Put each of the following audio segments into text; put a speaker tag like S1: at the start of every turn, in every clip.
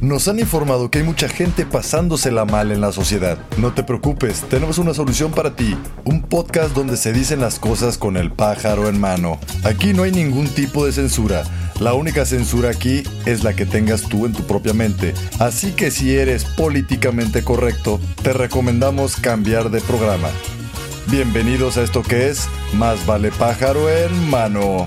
S1: Nos han informado que hay mucha gente pasándosela mal en la sociedad. No te preocupes, tenemos una solución para ti. Un podcast donde se dicen las cosas con el pájaro en mano. Aquí no hay ningún tipo de censura. La única censura aquí es la que tengas tú en tu propia mente. Así que si eres políticamente correcto, te recomendamos cambiar de programa. Bienvenidos a esto que es Más vale pájaro en mano.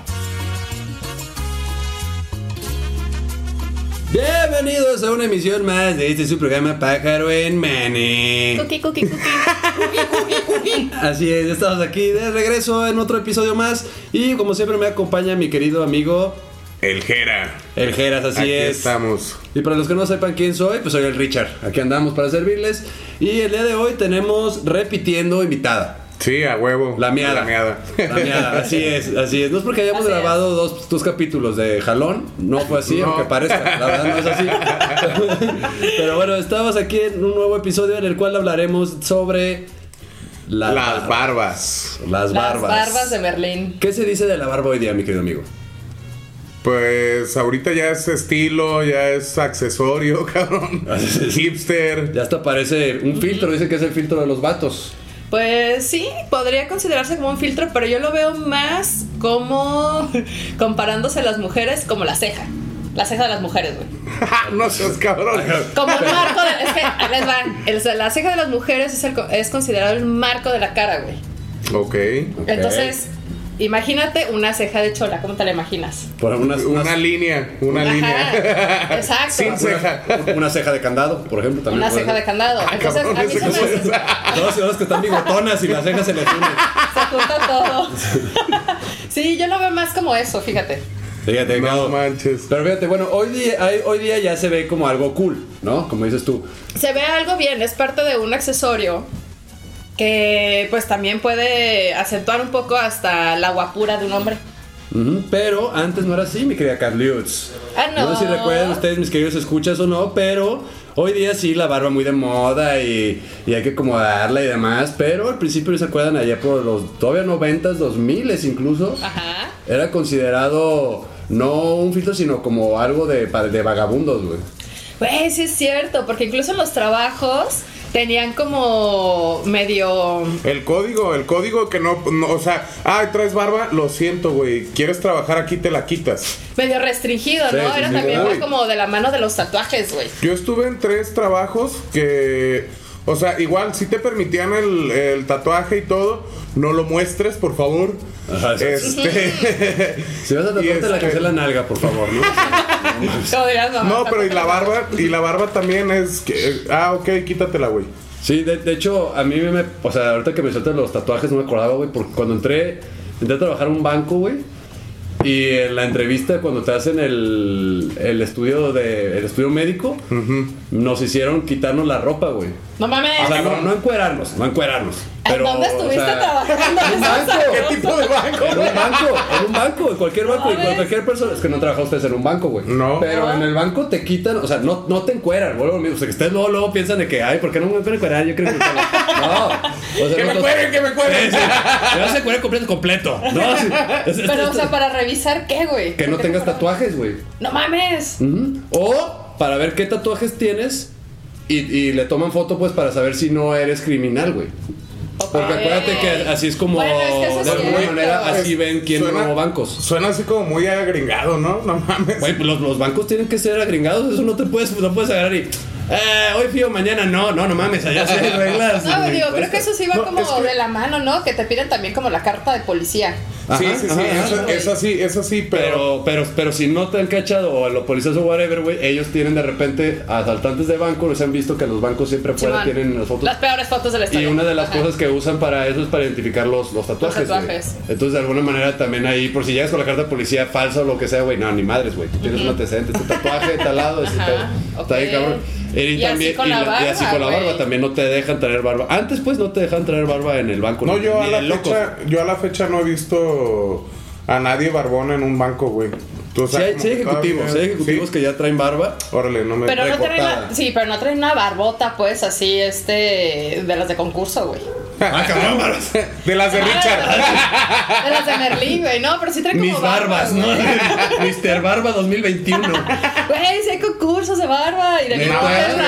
S2: Bienvenidos a una emisión más de este su programa Pájaro en Mane.
S3: Cookie, cookie, cookie.
S2: Así es, ya estamos aquí de regreso en otro episodio más y como siempre me acompaña mi querido amigo
S4: El Jera.
S2: El Geras, así
S4: Aquí
S2: es.
S4: estamos.
S2: Y para los que no sepan quién soy, pues soy el Richard. Aquí andamos para servirles y el día de hoy tenemos repitiendo invitada.
S4: Sí, a huevo.
S2: La miada.
S4: La miada.
S2: La miada, así es, así es. No es porque hayamos
S3: Así es.
S2: grabado dos, dos capítulos de jalón, no fue así,
S4: No.
S2: aunque parezca, la verdad no es así. Pero bueno, estamos aquí en un nuevo episodio en el cual hablaremos sobre la-
S4: Las barbas.
S2: Las
S3: Las
S2: barbas.
S3: barbas de Berlín.
S2: ¿Qué se dice de la barba hoy día, mi querido amigo?
S4: Pues ahorita ya es estilo, ya es accesorio, cabrón. Hipster.
S2: Ya hasta parece un filtro, dicen que es el filtro de los vatos.
S3: Pues sí, podría considerarse como un filtro, pero yo lo veo más como comparándose las mujeres como la ceja. La ceja de las mujeres, güey.
S4: no seas cabrón.
S3: Como el marco de. Es que, ahí les va. El- la ceja de las mujeres es, el co- es considerado el marco de la cara, güey.
S4: Ok.
S2: Ok.
S3: Entonces, imagínate una ceja de chola, ¿cómo te la imaginas?
S2: Por unas-
S4: Una
S2: unas-
S4: línea, una
S3: Ajá,
S4: línea.
S3: Exacto.
S4: Sin ceja.
S2: una ceja de candado, por ejemplo, también.
S3: Una
S2: puede
S3: ceja
S2: ser.
S3: de candado. Entonces,
S4: Ah, cabrón,
S3: a mí
S4: ese
S3: se me
S4: que
S3: hace-
S4: es.
S2: Todas las que están bigotonas y las cejas se les unen.
S3: se junta todo. Sí, yo lo veo más como eso, fíjate.
S2: Fíjate,
S4: No
S2: Gabo.
S4: manches.
S2: Pero fíjate, bueno, hoy día, hay- hoy día ya se ve como algo cool, ¿no? Como dices tú.
S3: se ve algo bien, es parte de un accesorio que pues también puede acentuar un poco hasta la guapura de un hombre.
S2: Ujú, Pero antes no era así, mi querida Carliutz.
S3: Ah, no.
S2: No sé si recuerdan ustedes, mis queridos escuchas o no, pero hoy día sí la barba muy de moda y, y hay que acomodarla y demás. Pero al principio se acuerdan allá por los todavía 90s, 2000 incluso.
S3: Ajá.
S2: Era considerado no un filtro, sino como algo de, pa- de vagabundos, güey.
S3: Güey, sí es cierto, porque incluso en los trabajos tenían como medio...
S4: El código, el código que no, no, o sea, ah, traes barba, lo siento, güey. ¿Quieres trabajar aquí? Te la quitas.
S3: Medio restringido,
S2: Sí,
S3: ¿no?
S2: sí,
S3: Era
S2: sí,
S3: también
S4: claro.
S3: va como de la mano de los tatuajes, güey.
S4: Yo estuve en tres trabajos que, o sea, igual si te permitían el, el tatuaje y todo, no lo muestres, por favor.
S2: Ajá, sí.
S4: Este,
S2: Si vas a
S4: Y
S2: tatuarte, la
S4: este-
S2: cancela nalga, por favor, ¿no?
S3: Como dirás, mamá,
S4: no, pero y la
S3: tampoco-
S4: barba, y la barba también es que, ah, ok, quítatela, güey.
S2: Sí, de, de hecho, a mí me. O sea, ahorita que me sueltan los tatuajes no me acordaba, güey, porque cuando entré. Entré a trabajar a un banco, güey. Y en la entrevista, cuando te hacen el, el estudio de el estudio médico, nos hicieron quitarnos la ropa, güey.
S3: No mames.
S2: O sea, no, no encuerarnos, no encuerarnos. Pero,
S3: ¿En dónde
S2: o
S3: estuviste
S2: sea,
S3: trabajando?
S2: En un banco.
S4: ¿Qué tipo de banco?
S2: En un banco, en un banco, en cualquier banco, y
S3: mames.
S2: con cualquier persona. Es que no trabaja ustedes en un banco, güey.
S4: No.
S2: Pero
S3: No.
S2: en el banco te quitan, o sea, no, no te encueran, güey. O sea, que ustedes luego, luego piensan de que, ay, ¿por qué no me pueden encuerar? Yo creo que. No. O sea,
S4: Que
S2: no,
S4: me
S2: no-
S4: cuelguen, que me cuelguen.
S2: Te vas a encuerar completo, completo. No, sí. Es- es-
S3: Pero, o
S2: es-
S3: sea, para revisar qué, güey.
S2: que no
S3: Porque
S2: tengas
S3: fueron-
S2: tatuajes, güey.
S3: No mames.
S2: Ujú. O para ver qué tatuajes tienes y, y le toman foto, pues, para saber si no eres criminal, güey. Porque
S3: Ok.
S2: acuérdate que así es como,
S3: Bueno, es que eso
S2: de
S3: es
S2: alguna
S3: cierto.
S2: manera, así
S4: Es-
S2: ven quién
S4: suena-
S2: robó bancos.
S4: Suena así como muy agringado, ¿no? No mames.
S2: Güey, pues los, los bancos tienen que ser agringados, eso no te puedes, no puedes agarrar y. "Eh, hoy fío, mañana no, no, no mames, allá se hay reglas.
S3: No,
S2: güey,
S3: digo, creo
S2: cuesta.
S3: que eso sí va
S4: No,
S3: como
S4: es que-
S3: de la mano, ¿no? Que te piden también como la carta de policía.
S2: Ajá,
S4: sí, sí, sí,
S2: ajá,
S4: eso,
S2: ajá.
S4: eso sí, eso sí, pero...
S2: Pero, pero, pero si no te han cachado o a los policías o whatever, güey, ellos tienen de repente asaltantes de banco, les han visto que los bancos siempre fuera
S3: Simón.
S2: tienen las fotos.
S3: Las peores fotos de la
S2: Y
S3: historia.
S2: una de las
S3: Ajá.
S2: cosas que usan para eso es para identificar los, los tatuajes.
S3: Los
S2: güey.
S3: tatuajes.
S2: Entonces, de alguna manera, también ahí, por si llegas con la carta de policía falsa o lo que sea, güey, no, ni madres, güey. Tú tienes un antecedente, tu tatuaje, talado, ese
S3: Ajá,
S2: pedo. Está bien,
S3: ok.
S2: cabrón. Y,
S3: Y así
S2: también,
S3: con
S2: y,
S3: la
S2: la- y así
S3: barba,
S2: con la barba
S3: güey.
S2: también no te dejan traer barba. Antes, pues, no te dejan traer barba en el banco.
S4: No,
S2: ni-
S4: yo a
S2: ni
S4: la
S2: de locos.
S4: fecha, yo a la fecha no he visto a nadie barbón en un banco, güey. Tú, o
S2: Sí
S4: sea,
S2: hay,
S4: como
S2: sí hay
S4: que
S2: ejecutivos,
S4: todavía-
S2: sí hay ejecutivos
S4: sí.
S2: que ya traen barba.
S4: Órale, no me.
S3: Pero no traen
S2: recortada.
S3: la- sí, pero no traen una barbota, pues, así, este, de las de concurso, güey. Ah,
S2: ¡Ah, cabrón, barbas!
S4: De las de Richard.
S3: De las de Merlín, güey. No, pero sí trae como
S2: Mis barbas, ¿no?
S3: güey.
S2: Mr. Barba 2021.
S3: Güey, sí hay concursos de barba y de
S2: Neta,
S3: colores
S2: güey.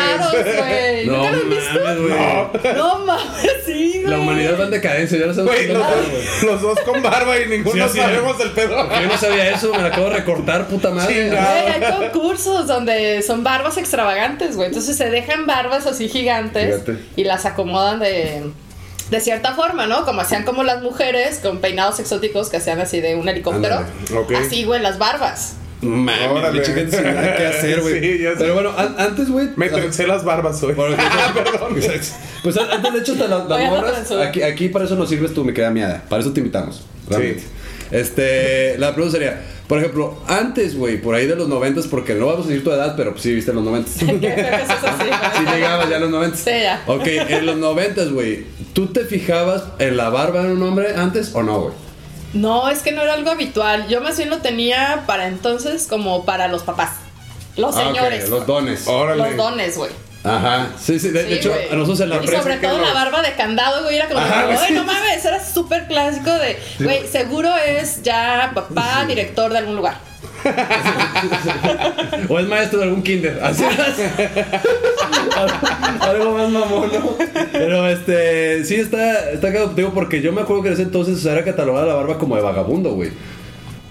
S3: raros, güey.
S2: No
S3: ¿Nunca lo han visto?
S2: mames, güey.
S3: No mames, sí, güey.
S2: La humanidad va en decadencia, ya no sabemos
S4: Güey,
S2: qué
S4: los,
S2: hacer, güey.
S4: dos- los dos con barba y ninguno
S2: Sí, sí.
S4: sabemos del pedo.
S2: Yo no sabía eso, me la acabo de recortar, puta madre.
S4: Chinga.
S3: Güey, hay concursos donde son barbas extravagantes, güey. Entonces se dejan barbas así gigantes
S2: Fíjate.
S3: y las acomodan de, de cierta forma, ¿no? Como hacían como las mujeres con peinados exóticos que hacían así de un helicóptero.
S4: Ándale, ok.
S3: Así, güey, las barbas.
S2: Mami,
S4: Órale.
S2: pinche gente sin nada que hacer, güey.
S4: Sí, ya sé.
S2: Pero bueno, an- antes, güey.
S4: Me
S2: o sea,
S4: trencé las barbas hoy. Ah,
S2: por ejemplo- Exacto. Pues an- antes, de hecho, te las
S3: Oye,
S2: las
S3: no
S2: morras.
S3: pensó.
S2: Aquí, aquí para eso nos sirves tú, mi querida miada. Para eso te invitamos. realmente. Este, la pregunta sería, por ejemplo, antes, güey, por ahí de los noventas, porque no vamos a decir tu edad, pero pues sí viste los noventas.
S3: Que creo que eso es así,
S2: Sí
S3: güey.
S2: llegabas ya a los 90.
S3: Sí, ya.
S2: Ok, en los 90, güey, ¿tú te fijabas en la barba de un hombre antes o no, güey?
S3: No, es que no era algo habitual. Yo más bien lo tenía para entonces como para los papás. Los
S2: Ah, ok,
S3: señores.
S2: los dones.
S4: Órale.
S3: Los dones, güey.
S2: Ajá. Sí, sí, de, de
S3: Sí,
S2: hecho,
S3: güey.
S2: a nosotros en la
S3: Y
S2: prensa.
S3: sobre todo la barba de candado, güey, era como,
S2: Ajá,
S3: güey,
S2: sí.
S3: no mames, era súper clásico de, güey, seguro es ya papá director de algún lugar.
S2: O es maestro de algún kinder. Así es. Algo más mamón, ¿no? Pero este, sí está, está cagado, digo, porque yo me acuerdo que en ese entonces o sea, era catalogada la barba como de vagabundo, güey.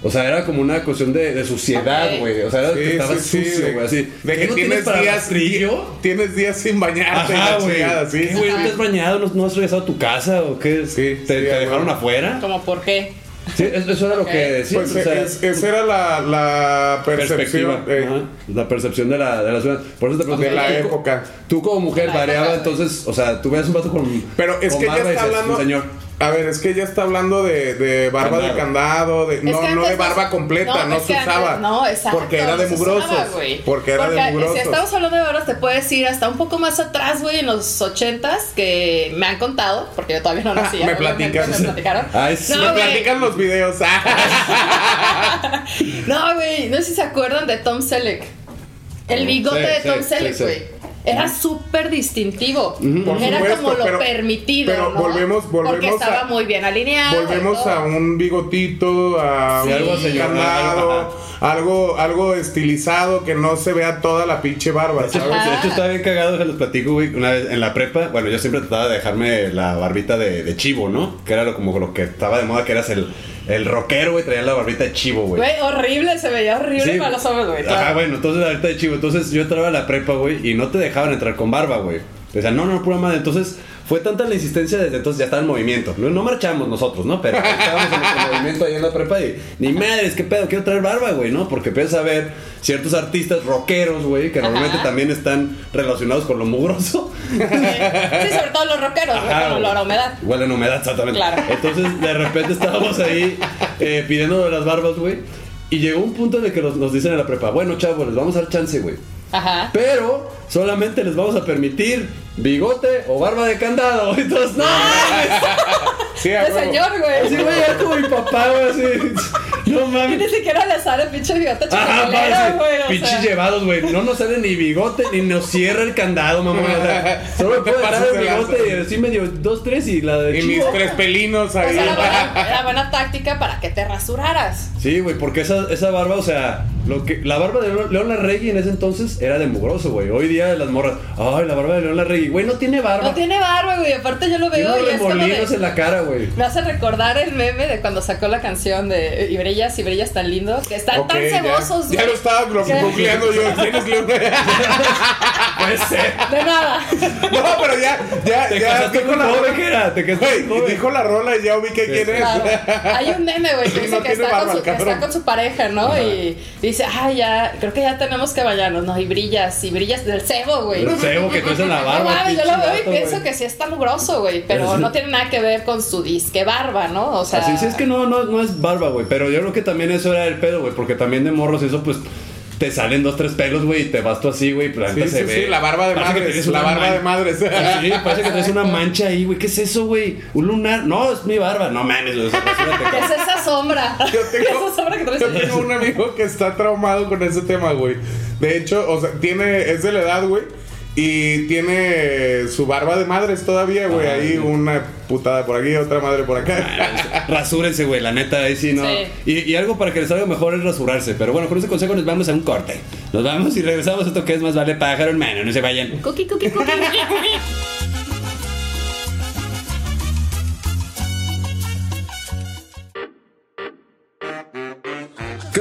S2: O sea, era como una cuestión de, de suciedad,
S3: Ok.
S2: güey. O sea, era
S4: Sí,
S2: que estaba
S4: sí, sí,
S2: sucio,
S4: de-
S2: güey. Así.
S4: de
S2: ¿Qué
S4: que
S2: no
S4: tienes
S2: para
S4: días-
S2: rastrillo?
S4: Tienes días sin bañarte y
S2: Ajá,
S4: la
S2: güey.
S4: chingada, sí.
S2: ¿Qué, güey? ¿No te has bañado? ¿No, no has regresado a tu casa o qué?
S4: Sí,
S2: ¿Te,
S4: sí,
S2: te
S4: güey.
S2: dejaron afuera?
S3: Como, ¿por qué?
S2: Sí, eso, eso era lo
S3: Ok.
S2: que decían.
S4: Pues
S2: o sea,
S4: es- esa era la, la
S2: perspectiva.
S4: percepción eh,
S2: Ajá. La percepción de la, de la ciudad. Por eso te pregunto.
S4: de la
S2: ¿tú co-
S4: época.
S2: Tú como mujer
S3: La época,
S2: variaba,
S3: güey.
S2: entonces, o sea, tú veas un vato con.
S4: Pero es
S2: con
S4: que ya
S2: barba y
S4: está
S2: dices,
S4: hablando.
S2: "Un Señor.
S3: Ah.
S4: A ver, es que ya está hablando de, de barba de candado, de,
S3: Es
S4: no,
S3: que
S4: no
S3: antes
S4: de barba completa, no,
S3: es
S4: se
S3: que antes-
S4: usaba.
S3: no, exacto.
S4: Porque era
S3: no
S4: de
S3: se
S4: mugrosos.
S3: usaba, güey.
S4: porque era
S3: Porque, eh,
S4: de mugrosos.
S3: Si estamos hablando de barras, te puedes ir hasta un poco más atrás, güey, en los ochentas, que me han contado, porque yo todavía no nacía.
S4: me
S3: obviamente,
S4: platicas.
S3: Me platicaron.
S2: Ay, sí,
S3: No,
S4: Me
S3: güey.
S4: platican los videos. ah.
S3: No, güey, no sé si se acuerdan de Tom Selleck. El bigote
S2: Sí,
S3: de
S2: sí,
S3: Tom
S2: sí,
S3: Selleck,
S2: sí.
S3: güey. Era súper distintivo.
S4: Por
S3: Era
S4: supuesto,
S3: como lo
S4: pero-
S3: permitido.
S4: pero
S3: ¿no?
S4: volvemos-
S3: Porque
S4: volvemos
S3: estaba
S4: a-
S3: muy bien alineado. y
S4: Volvemos
S3: todo.
S4: a un bigotito, a
S2: Sí, algo
S4: un
S2: señor,
S4: candado, algo, algo estilizado que no se vea toda la pinche barba, ¿sabes?
S3: Ajá.
S2: De hecho, estaba bien cagado, se los platico, güey. Una vez en la prepa, bueno, yo siempre trataba de dejarme la barbita de, de chivo, ¿no? Que era lo, como lo que estaba de moda, que eras el, el rockero, güey, traía la barbita de chivo, güey.
S3: Güey, horrible, se veía horrible
S2: Sí,
S3: para los hombres, güey.
S2: Ajá, bueno, entonces ahorita de chivo. Entonces yo entraba a la prepa, güey, y no te dejaban entrar con barba, güey. O sea, no, no, pura madre. Entonces fue tanta la insistencia desde entonces ya estaba en movimiento. No, no marchamos nosotros, ¿no? Pero estábamos en nuestro movimiento ahí en la prepa y ni madres, qué pedo, quiero traer barba, güey, ¿no? Porque empiezas a ver ciertos artistas rockeros, güey, que normalmente
S3: Ajá.
S2: también están relacionados con lo mugroso.
S3: Sí, sobre todo los rockeros, güey,
S2: Ajá,
S3: con olor a humedad.
S2: Huele en humedad, exactamente.
S3: Claro.
S2: Entonces, de repente estábamos ahí eh, pidiendo las barbas, güey. Y llegó un punto en el que nos, nos dicen en la prepa, bueno, chavos, les vamos a dar chance, güey.
S3: Ajá.
S2: Pero solamente les vamos a permitir bigote o barba de candado. Entonces, no, mames.
S4: Sí, a
S3: De
S4: huevo.
S3: señor,
S2: Así,
S3: güey.
S2: güey, era como mi papá, güey, así. No
S3: Y ni
S2: mames.
S3: siquiera le sale el pinche bigote
S2: Ajá,
S3: chapulera, güey.
S2: parece,
S3: o
S2: pinches
S3: sea.
S2: llevados, güey. No nos sale ni bigote ni nos cierra el candado, mamón. O sea, solo
S4: No te
S2: puedo dejar
S4: pases
S2: el
S4: de lanza.
S2: bigote y así medio dos, tres y la de
S4: Y
S2: chivo. Pues
S4: mis tres pelinos
S3: O
S4: ahí.
S3: sea, era buena, era buena táctica para que te rasuraras.
S2: Sí, güey, porque esa, esa barba, o sea, lo que la barba de León León Larregui en ese entonces era de mugroso, güey. Hoy día de las morras, ay, la barba de León Larregui, güey, no tiene barba.
S3: No tiene barba, güey. Aparte, yo lo
S2: Tiene
S3: veo y
S2: unos
S3: es como de-
S2: remolinos en la cara, güey.
S3: Me hace recordar el meme de cuando sacó la canción de Y brillas y brillas tan lindo, que están
S4: Ok,
S3: tan
S4: ya.
S3: cebosos,
S4: ya,
S3: güey.
S4: lo estaba glo-
S3: ¿Qué?
S4: googleando yo. ¿Quién es León?
S2: Puede ser.
S3: De nada.
S4: No, pero ya, ya,
S2: Te
S4: ya.
S2: casaste
S4: Dijo
S2: con
S4: la
S2: joven,
S4: rola.
S2: Jera, te casaste con
S4: Güey,
S2: joven.
S4: dijo la rola y ya ubiqué quién es.
S3: Claro. Hay un meme, güey, que dice
S4: No
S3: que,
S4: tiene
S3: está,
S4: barba,
S3: con su,
S4: el
S3: que
S4: cabrón.
S3: está con su pareja, ¿no? Y dice, ah, ya, creo que ya tenemos que bañarnos, ¿no? Y brillas, y brillas del cebo, güey.
S2: El cebo que traes en la
S3: No
S2: barba.
S3: mames, yo
S2: pinche
S3: lo veo y
S2: vato,
S3: pienso
S2: güey.
S3: que sí está mugroso, güey, pero
S2: Pero sí.
S3: no tiene nada que ver con su disque barba, ¿no? O sea,
S2: Así sí, es que no, no, no es barba, güey. Pero yo creo que también eso era el pedo, güey. Porque también de morros eso, pues, te salen dos, tres pelos, güey. Y te vas tú así, güey. y la neta
S4: Sí,
S2: se
S4: sí,
S2: ve.
S4: sí, la barba de
S2: Parece que
S4: madres.
S2: tienes una
S4: La barba
S2: man-
S4: de madres.
S2: Sí, parece que traes una mancha ahí, güey. ¿Qué es eso, güey? Un lunar. No, es mi barba. No mames, güey.
S3: ¿qué es esa sombra?
S4: Yo
S3: ¿Qué es
S4: tengo-
S3: esa sombra que traes
S4: Yo
S3: ahí?
S4: tengo un amigo que está traumado con ese tema, güey. De hecho, o sea, tiene, es de la edad, güey. Y tiene su barba de madres todavía, güey.
S2: Ah,
S4: ahí
S2: sí.
S4: una putada por aquí, otra madre por acá.
S2: Rasúrense, güey, la neta, ahí sí, ¿no?
S3: Sí.
S2: Y, y algo para que les salga mejor es rasurarse. Pero bueno, con ese consejo nos vamos a un corte. Nos vamos y regresamos a esto que es más vale pájaro, hermano. No se vayan.
S3: Cookie, cookie, cookie.
S2: ¿Qué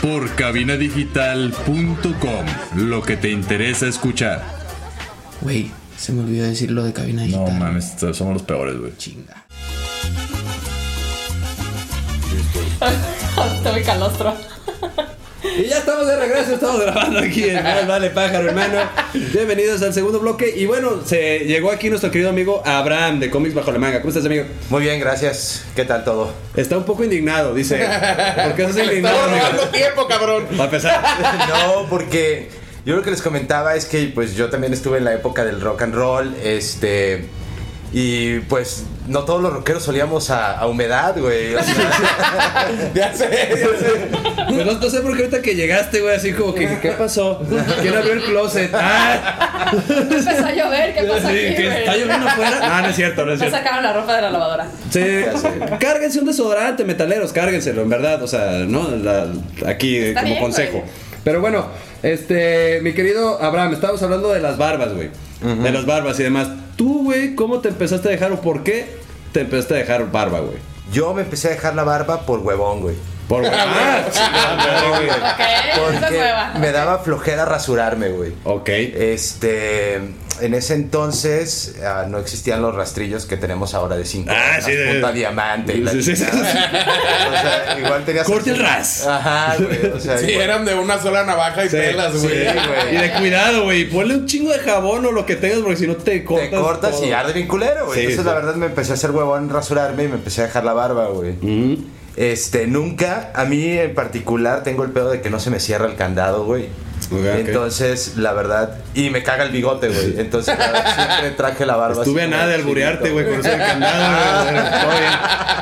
S2: Por cabinadigital.com. Lo que te interesa escuchar.
S5: Güey, se me olvidó decir lo de cabina
S2: No
S5: digital.
S2: mames, somos los peores, güey.
S5: Chinga.
S3: Te me calostro.
S2: Y ya estamos de regreso, estamos grabando aquí en Más Vale Pájaro, hermano. Bienvenidos al segundo bloque. Y bueno, se llegó aquí nuestro querido amigo Abraham de Cómics Bajo la Manga. ¿Cómo estás, amigo?
S6: Muy bien, gracias. ¿Qué tal todo?
S2: Está un poco indignado, dice. ¿Por qué estás indignado,
S4: Estaba
S2: amigo?
S4: robando tiempo, cabrón.
S2: Va a empezar.
S6: No, porque yo lo que les comentaba es que pues yo también estuve en la época del rock and roll, este y pues no todos los rockeros solíamos a, a humedad, güey. o sea,
S4: Ya sé, ya sé.
S2: Pues no, no sé por qué ahorita que llegaste, güey, así como que, ¿qué pasó? ¿Quién abrió el closet? ¡Ah!
S3: Empezó a llover, ¿qué pasa
S2: Sí,
S3: aquí,
S2: que está
S3: güey?
S2: lloviendo afuera. No, no es cierto, no es
S3: Me
S2: cierto.
S3: sacaron la ropa de la lavadora.
S2: Sí, cárguense un desodorante, metaleros, cárguenselo, en verdad, o sea, ¿no? La- aquí eh,
S3: Está
S2: como
S3: bien,
S2: consejo.
S3: güey.
S2: Pero bueno, este, mi querido Abraham, estábamos hablando de las barbas, güey. De las barbas y demás. Tú, güey, ¿cómo te empezaste a dejar o por qué te empezaste a dejar barba, güey?
S6: yo me empecé a dejar la barba por huevón, güey.
S2: Por ah, chingada, güey.
S3: Ok, esa es
S6: Porque
S3: nueva.
S6: me daba flojera rasurarme, güey.
S2: Ok.
S6: Este, en ese entonces ah, no existían los rastrillos que tenemos ahora de 5
S2: Ah, sí, de-
S6: punta diamante. y la
S2: Sí, sí, sí.
S6: chingada. O sea, igual tenías
S2: Corte el ras.
S6: Ajá, güey, o sea,
S4: Sí,
S6: igual-
S4: eran de una sola navaja y telas,
S2: sí,
S4: güey.
S6: güey.
S2: Y de cuidado, güey. Ponle un chingo de jabón o lo que tengas, porque si no te cortas.
S6: Te cortas
S2: todo.
S6: y arde bien culero, güey.
S2: Sí,
S6: Entonces,
S2: sí.
S6: la verdad, me empecé a hacer huevón rasurarme y me empecé a dejar la barba, güey. Este, nunca, a mí en particular, tengo el pedo de que no se me cierra el candado, güey.
S2: Ok, ok.
S6: Entonces, la verdad, y me caga el bigote, güey. Entonces, la verdad, siempre traje la barba.
S2: Estuve a
S6: así,
S2: nada de
S6: güey,
S2: alburearte,
S6: chinito,
S2: güey, con eso del candado, güey.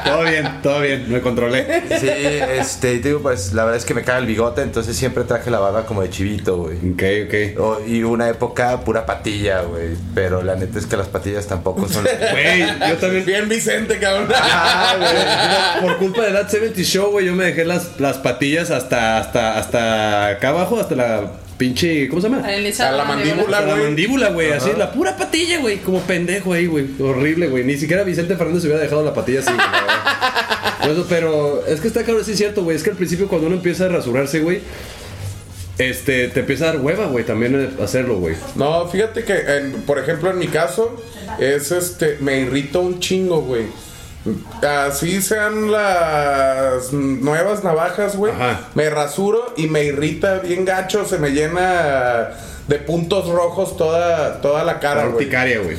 S2: Todo bien, todo bien, todo bien. Me controlé.
S6: Sí, este, y te digo, pues la verdad es que me caga el bigote, entonces siempre traje la barba como de chivito, güey.
S2: Ok, ok.
S6: O- y una época pura patilla, güey. Pero la neta es que las patillas tampoco son.
S2: Güey, yo también.
S4: Bien Vicente, cabrón.
S6: Ah, güey.
S2: Por culpa de That 70 Show, güey, yo me dejé las, las patillas hasta, hasta, hasta acá abajo, hasta la pinche. ¿Cómo se llama?
S3: El iniciado
S4: A la
S3: de mandíbula.
S4: mandíbula.
S2: Hasta la
S4: güey.
S2: mandíbula, güey, así, la pura patilla, güey, como pendejo ahí, güey, horrible, güey, ni siquiera Vicente Fernández se hubiera dejado la patilla así, güey. la verdad. Por eso, pero es que está claro, sí es cierto, güey, es que al principio cuando uno empieza a rasurarse, güey, este, te empieza a dar hueva, güey, también eh, hacerlo, güey.
S4: No, fíjate que, en- por ejemplo, en mi caso, es este, me irrita un chingo, güey. Así sean las nuevas navajas, güey.
S2: Ajá.
S4: Me rasuro y me irrita bien gacho, se me llena de puntos rojos toda, toda la cara, güey.
S2: Urticaria, güey.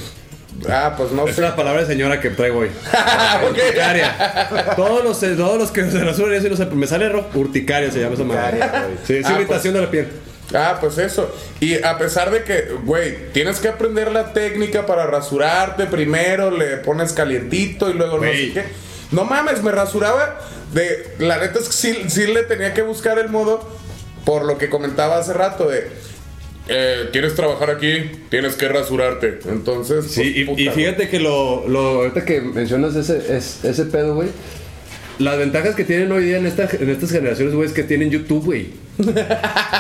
S4: Ah, pues no
S2: Es
S4: sé. Ah,
S2: la palabra de señora que traigo hoy.
S4: Ok.
S2: Urticaria. Todos los, todos los que se rasuran eso y no sé, me sale rojo. Urticaria se llama esa madre.
S6: Urticaria, güey.
S2: Sí, es
S4: Ah,
S2: irritación de la piel.
S4: Ah, pues eso. Y a pesar de que, güey, tienes que aprender la técnica para rasurarte primero, le pones calientito y luego
S2: Güey.
S4: no sé qué. No mames, me rasuraba de. La neta es que sí, sí le tenía que buscar el modo, por lo que comentaba hace rato, de. eh, quieres trabajar aquí, tienes que rasurarte. Entonces, pues,
S2: Sí, y-
S4: puta,
S2: y,
S4: güey.
S2: fíjate que lo, lo- ahorita que mencionas ese, es- ese pedo, güey. Las ventajas que tienen hoy día en, esta, en estas generaciones, güey, es que tienen YouTube, güey.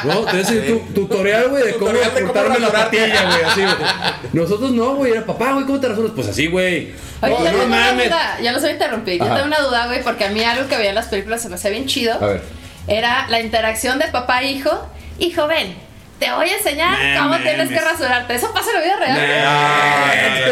S2: No, tienes en YouTube tutorial, güey, de cómo
S4: Tutorial de cómo
S2: cortarme la
S4: rasurarte.
S2: patilla, güey, así, güey. Nosotros no, güey, era papá, güey, ¿cómo te rasuras? Pues así, güey.
S3: Oye, yo
S2: No,
S3: tengo
S2: no
S3: una
S2: mames.
S3: duda, ya los voy a interrumpir. Yo
S2: Ajá.
S3: tengo una duda, güey, porque a mí algo que veía en las películas se me hacía bien chido.
S2: A ver.
S3: Era la interacción de papá e hijo. Hijo, ven. te voy a enseñar
S7: Nah,
S3: cómo
S7: nah,
S3: tienes
S7: nah.
S3: que rasurarte. Eso pasa en la vida real.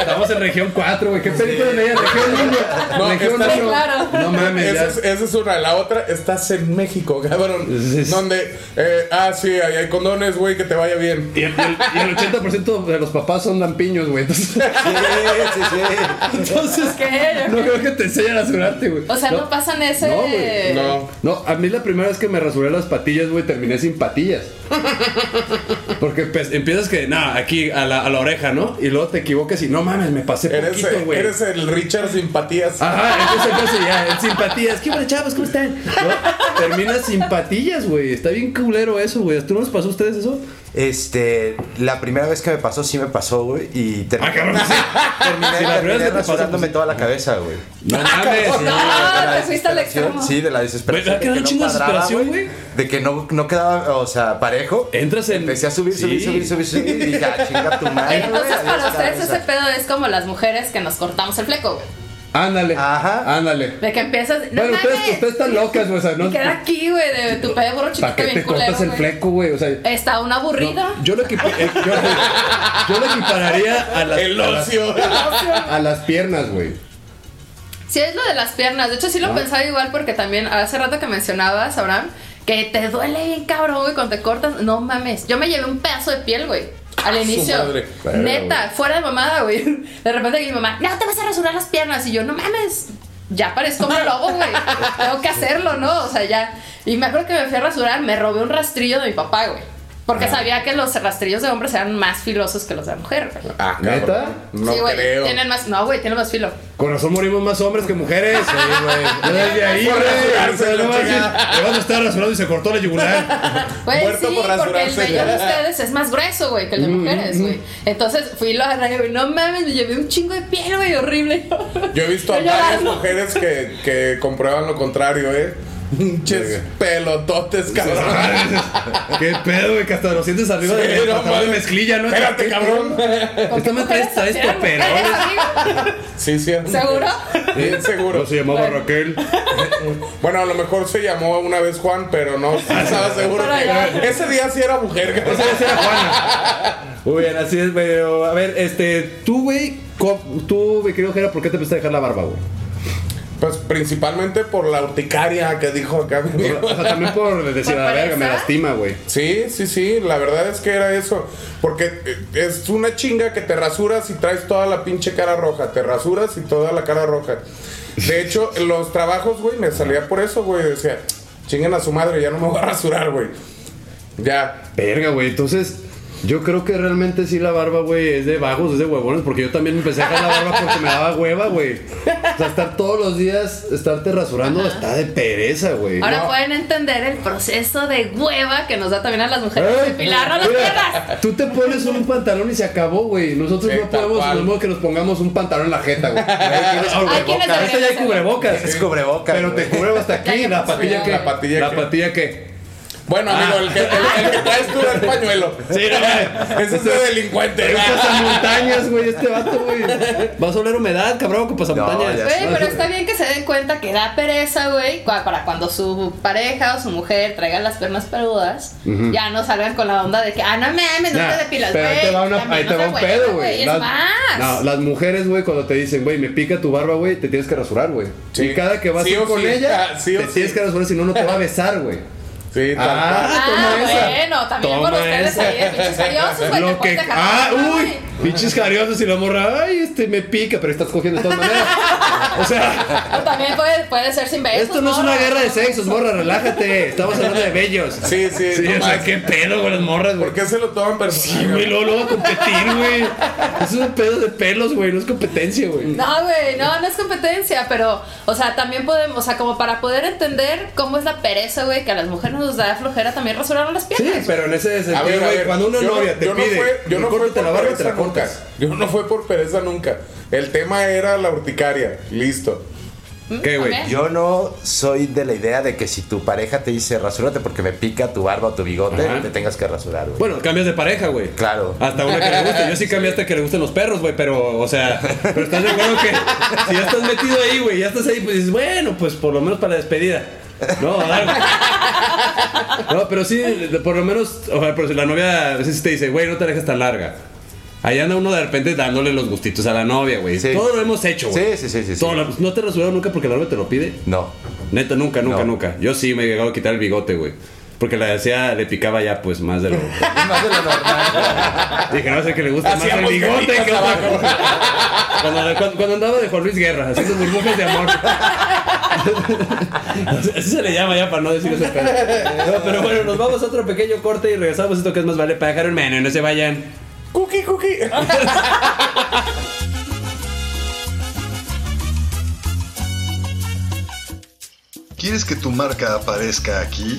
S8: Estamos en región 4, güey. ¿Qué película veía? Región 1.
S4: No,
S8: región
S4: está-
S3: Sí,
S8: 1.
S3: claro.
S8: No mames,
S4: Esa
S8: ya.
S4: es, esa es una. La otra, estás en México, cabrón.
S8: Sí, sí.
S4: Donde, eh, ah, sí, ahí hay condones, güey, que te vaya bien.
S8: Y el, y el- y el 80% de los papás son lampiños, güey. Entonces,
S6: Sí, sí, sí.
S8: entonces
S3: ¿Qué?
S8: no creo que te enseñen a rasurarte, güey.
S3: O sea, no, pasan ese.
S8: No, güey,
S4: No.
S8: No, a mí la primera vez que me rasuré las patillas, güey, terminé sin patillas. Porque pues, empiezas que, nada, aquí a la, a la oreja, ¿no? Y luego te equivocas y no mames, me pasé
S4: Eres,
S8: poquito, güey.
S4: eres el Richard Simpatías.
S8: Ajá, entonces entonces ya, en simpatías. ¿Qué bueno, chavos? ¿Cómo están? No, terminas simpatías, güey. Está bien culero eso, güey. ¿Tú no les pasó a ustedes eso?
S6: Este, la primera vez que me pasó, sí me pasó, güey. Y ter- terminé,
S8: Ah, Si la primera vez
S6: terminé
S8: que te pasa,
S6: rasurándome
S8: pues-
S6: toda la cabeza, güey.
S8: No mames.
S3: Oh, No,
S6: De la
S3: te fuiste al
S6: desesperación,
S3: extremo.
S6: Sí, de la
S8: Güey,
S6: desesperación.
S8: ¿verdad que da
S6: de
S8: un chingo de
S6: cuadraba,
S8: desesperación,
S6: De que no, no quedaba, o sea, parejo.
S8: Entras en-
S6: Empecé a subir, subir,
S8: Sí.
S6: subir, subir, subir. Y dije, ah, chinga tu madre.
S3: Entonces,
S6: güey,
S3: para
S6: adiós,
S3: ustedes,
S6: cabeza.
S3: ese pedo es como las mujeres que nos cortamos el fleco, güey.
S8: Ándale.
S6: Ajá.
S8: Ándale.
S3: De que empiezas. No
S8: bueno, ustedes,
S3: mames,
S8: ustedes están locas, güey. O sea, no.
S3: Queda aquí, güey, de tu pedo burro chiquito
S8: ¿Para qué
S3: bien
S8: te
S3: culero,
S8: cortas el
S3: güey.
S8: fleco, güey? O sea,
S3: Está un aburrido.
S8: no, yo, lo equipa- eh, yo, yo lo equipararía a las,
S4: el
S8: a las,
S4: ocio.
S8: a las piernas, güey.
S3: Sí, es lo de las piernas. De hecho,
S4: Ah.
S3: sí lo pensaba igual porque también hace rato que mencionabas, Abraham, que te duele bien cabrón, güey, cuando te cortas. No mames. Yo me llevé un pedazo de piel, güey. Al
S4: Ah, su
S3: inicio.
S4: madre. Verga,
S3: Neta, fuera de mamada, güey. De repente mi mamá, no te vas a rasurar las piernas. Y yo, no mames. Ya parezco un lobo, güey. Tengo que hacerlo, ¿no? O sea, ya. Y me acuerdo que me fui a rasurar, me robé un rastrillo de mi papá, güey. Porque
S4: Ah.
S3: sabía que los rastrillos de hombres eran más filosos que los de mujer, güey.
S4: Ah,
S8: ¿Neta?
S4: cabrón, No
S3: sí, güey.
S4: creo.
S3: Tienen más. No, güey, tienen más filo.
S8: Con razón morimos más hombres que mujeres. Sí, güey. Yo Desde ahí,
S4: Por
S8: güey. O
S4: rasurarse,
S8: sea,
S4: la
S8: no va a decir,
S4: chingada.
S8: Le vas a estar rasurando y se cortó la yugular.
S3: Güey,
S4: Muerto
S3: Pues sí,
S4: por
S3: porque el
S4: rasurarse.
S3: vello de ustedes es más grueso, güey, que el de mujeres, güey. Entonces fui lo agarré, güey, no mames, me llevé un chingo de piel, güey, horrible.
S4: Yo he visto a
S3: Yo
S4: varias
S3: llorando.
S4: mujeres que, que comprueban lo contrario, ¿eh? Pinches pelototes, cabrón.
S8: Qué pedo, güey, que hasta lo sientes arriba
S4: Sí,
S8: de
S4: no
S8: la
S4: mames.
S8: de mezclilla, ¿no?
S4: Espérate, cabrón.
S3: ¿Con qué
S8: me
S3: mujeres
S8: presta esto,
S3: hacían
S8: pero-
S3: mujeres, amigo?
S4: Sí, sí.
S3: ¿Seguro?
S4: Bien seguro.
S8: Yo se llamaba
S3: Bueno.
S8: Raquel.
S4: Bueno, a lo mejor se llamó una vez Juan, pero no estaba seguro.
S3: Pero ya.
S4: Ese día sí era mujer, cabrón.
S8: Esa esa era Juana. Muy bien, así es, pero. A ver, este. Tú, güey. co- Tú, mi querido Jera, ¿por qué te empezaste a dejar la barba, güey?
S4: Pues principalmente por la urticaria que dijo acá mi amigo.
S8: O sea, también por decir,
S3: ¿Por
S8: a la verga, me
S3: pereza?
S8: lastima, güey.
S4: Sí, sí, sí, la verdad es que era eso. Porque eh, es una chinga que te rasuras y traes toda la pinche cara roja. Te rasuras y toda la cara roja. De hecho, en los trabajos, güey, me salía por eso, güey. Decía, chinguen a su madre, ya no me voy a rasurar, güey. Ya.
S8: Verga, güey. Entonces, yo creo que realmente sí la barba, güey, es de vagos, es de huevones, porque yo también me empecé a dejar la barba porque me daba hueva, güey. O sea, estar todos los días, estarte rasurando, está de pereza, güey.
S3: Ahora
S8: No.
S3: pueden entender el proceso de hueva que nos da también a las mujeres
S8: Ey,
S3: depilar a las
S8: mira,
S3: piernas.
S8: Tú te pones un pantalón y se acabó, güey. Nosotros
S4: Sí,
S8: no
S4: tal
S8: podemos,
S4: cual.
S8: no es modo que nos pongamos un pantalón en la jeta, güey.
S3: Hay quienes
S8: Ahorita ya hay
S3: deberían
S8: cubrebocas.
S6: Es cubrebocas,
S8: Pero te
S6: güey.
S8: cubre hasta
S3: Ya hay
S8: aquí. La
S3: más
S8: patilla
S3: cuidado.
S8: que.
S4: La patilla
S8: La
S4: que-
S8: patilla que.
S4: Bueno, amigo, el, que, el- el que traes tú es pañuelo.
S8: Ah. Sí, no, güey.
S4: Ese es de delincuente. Ah.
S8: Estas montañas, güey, este vato, güey. Va a oler humedad, cabrón, pues con pasamontañas.
S6: No, ya
S3: Güey, pero está bien que se den cuenta que da pereza, güey, cua- para cuando su pareja o su mujer traiga las piernas peludas, ya no salgan con la onda de que, ah, no mames, no
S8: Nah,
S3: te depilas, güey.
S8: pero ahí te va, una-
S3: también
S8: ahí te
S3: no
S8: va
S3: se
S8: un
S3: hueva,
S8: pedo, güey.
S3: Es
S8: Las-
S3: más.
S8: no, las mujeres, güey, cuando te dicen, güey, me pica tu barba, güey, te tienes que rasurar, güey.
S4: Sí.
S8: Y cada que vas
S4: Sí
S8: a ir
S4: o
S8: con
S4: sí.
S8: ella,
S4: Ah, sí o
S8: te
S4: sí.
S8: tienes que rasurar, si no, no te va a besar, güey.
S4: Sí, tal cual.
S8: Ah,
S3: Ah,
S8: toma esa.
S3: bueno, también
S8: Toma
S3: por ustedes
S8: esa.
S3: ahí de pinches curiosos, Pues, güey. te
S8: Lo
S3: puedes
S8: que.
S3: dejar
S8: ¡Ah!
S3: la mano,
S8: ¡Uy!
S3: güey.
S8: Pinches cariosos y la morra. ¡Ay, este me pica! Pero estás cogiendo de todas maneras. O sea,
S3: O también puede, puede ser sin besos.
S8: esto no es una guerra de sexos, morra, relájate. Estamos hablando de bellos.
S4: Sí, sí,
S8: Sí,
S4: no
S8: o sea,
S4: más.
S8: qué pedo, güey, las morras, güey.
S4: ¿Por qué se lo toman
S8: Sí,
S4: personal?
S8: güey, luego, luego a competir, güey. Es un pedo de pelos, güey, no es competencia, güey.
S3: No, güey, no, no es competencia, pero, o sea, también podemos, o sea, como para poder entender cómo es la pereza, güey, que a las mujeres nos da flojera también rasurar las
S8: Sí,
S3: piernas.
S8: pero en ese
S4: A ver,
S8: sentido,
S4: a
S8: güey,
S4: ver,
S8: cuando una
S4: yo no-
S8: novia te
S4: yo no
S8: pide,
S4: fue- yo no fui
S8: recórtate
S4: por
S8: la barba y te
S4: pereza
S8: la
S4: nunca.
S8: cortas.
S4: Yo no fue por pereza nunca. El tema era la urticaria. Listo.
S3: ¿Mm?
S8: ¿Qué, güey?
S3: Ok.
S6: Yo no soy de la idea de que si tu pareja te dice rasúrate porque me pica tu barba o tu bigote,
S8: Ajá.
S6: te tengas que rasurar, güey.
S8: Bueno, cambias de pareja, güey.
S6: Claro.
S8: Hasta una que le guste. Yo sí cambié hasta que le gusten los perros, güey, pero, o sea, pero estás de acuerdo que si ya estás metido ahí, güey, ya estás ahí, pues dices, bueno, pues por lo menos para la despedida. No, a dar, No, pero sí, por lo menos, o sea, pero si la novia a veces sí te dice, güey, no te la dejes tan larga. Ahí anda uno de repente dándole los gustitos a la novia, güey.
S6: Sí.
S8: Todo lo hemos hecho, güey.
S6: Sí, sí, sí, sí, sí.
S8: Todo lo- no te rasuraron nunca porque la novia te lo pide.
S6: No.
S8: Neta, nunca, nunca,
S6: No.
S8: nunca. Yo sí me he llegado a quitar el bigote, güey. Porque la decía, le picaba ya, pues, más de lo.
S6: Más de lo normal.
S8: Dije, no sé que le gusta más el
S4: Hacíamos
S8: bigote
S4: caritas
S8: que otra cosa. cuando, cuando, cuando andaba de Juan Luis Guerra, haciendo burbujas de amor. Así se le llama ya para no decir ese pedo. No, pero bueno, nos vamos a otro pequeño corte y regresamos a esto que es más vale para dejar un menú. No se vayan.
S4: Cookie, cookie.
S1: ¿Quieres que tu marca aparezca aquí?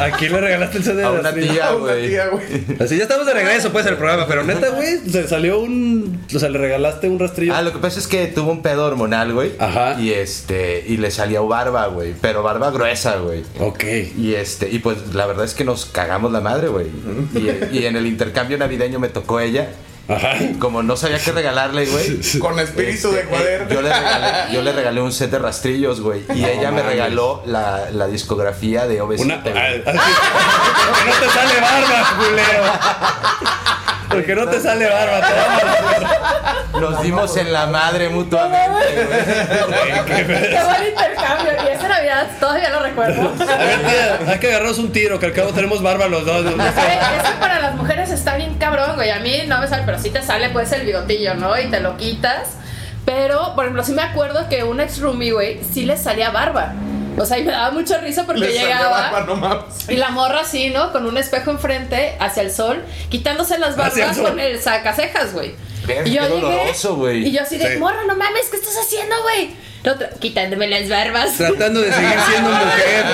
S8: Aquí le regalaste el CD
S6: A
S8: de
S6: una
S8: Astrid.
S6: tía,
S4: Una
S6: güey.
S4: tía, güey.
S8: Así ya estamos de regreso, pues, al programa. Pero neta, güey, se salió un. O sea, le regalaste un rastrillo.
S6: Ah, lo que pasa es que tuvo un pedo hormonal, güey.
S8: Ajá.
S6: Y este, y le salió barba, güey. Pero barba gruesa, güey.
S8: Ok.
S6: Y este, y pues la verdad es que nos cagamos la madre, güey. Y, y en el intercambio navideño me tocó ella.
S8: Ajá.
S6: Como no sabía qué regalarle, güey.
S4: Con espíritu de
S6: eh,
S4: cuaderno.
S6: yo, le regalé, yo le regalé un set de rastrillos, güey. Y ella me
S8: mames.
S6: regaló la, la discografía de
S8: Una.
S6: Obesita.
S8: ah,
S6: güey.
S8: así. Porque no te sale barba, culero. Porque no te sale barba, te vamos a-
S6: Nos dimos en la madre mutuamente, güey.
S8: Güey, qué
S3: Qué buen intercambio. Y esa Navidad todavía lo recuerdo.
S8: A ver, tía, hay que agarrarnos un tiro, que al cabo tenemos barba los dos. ¿no?
S3: Eso para las mujeres está bien cabrón, güey. A mí no me sale, pero sí te sale pues el bigotillo, ¿no? Y te lo quitas. Pero, por ejemplo, sí me acuerdo que un ex roomie, güey, sí le salía barba. O sea, y me daba mucha risa porque
S4: Le salió
S3: llegaba.
S4: barba, no mames.
S3: Y la morra así, ¿no? Con un espejo enfrente, hacia el sol, quitándose las
S8: Hacia el
S3: barbas
S8: sol.
S3: con el sacacejas, güey.
S6: Ver,
S3: Y yo
S6: qué
S3: llegué,
S6: doloroso, güey.
S3: Y yo así de,
S8: Sí.
S3: morra, no mames, ¿qué estás haciendo, güey? La otra, quitándome las barbas.
S8: Tratando de seguir siendo mujer.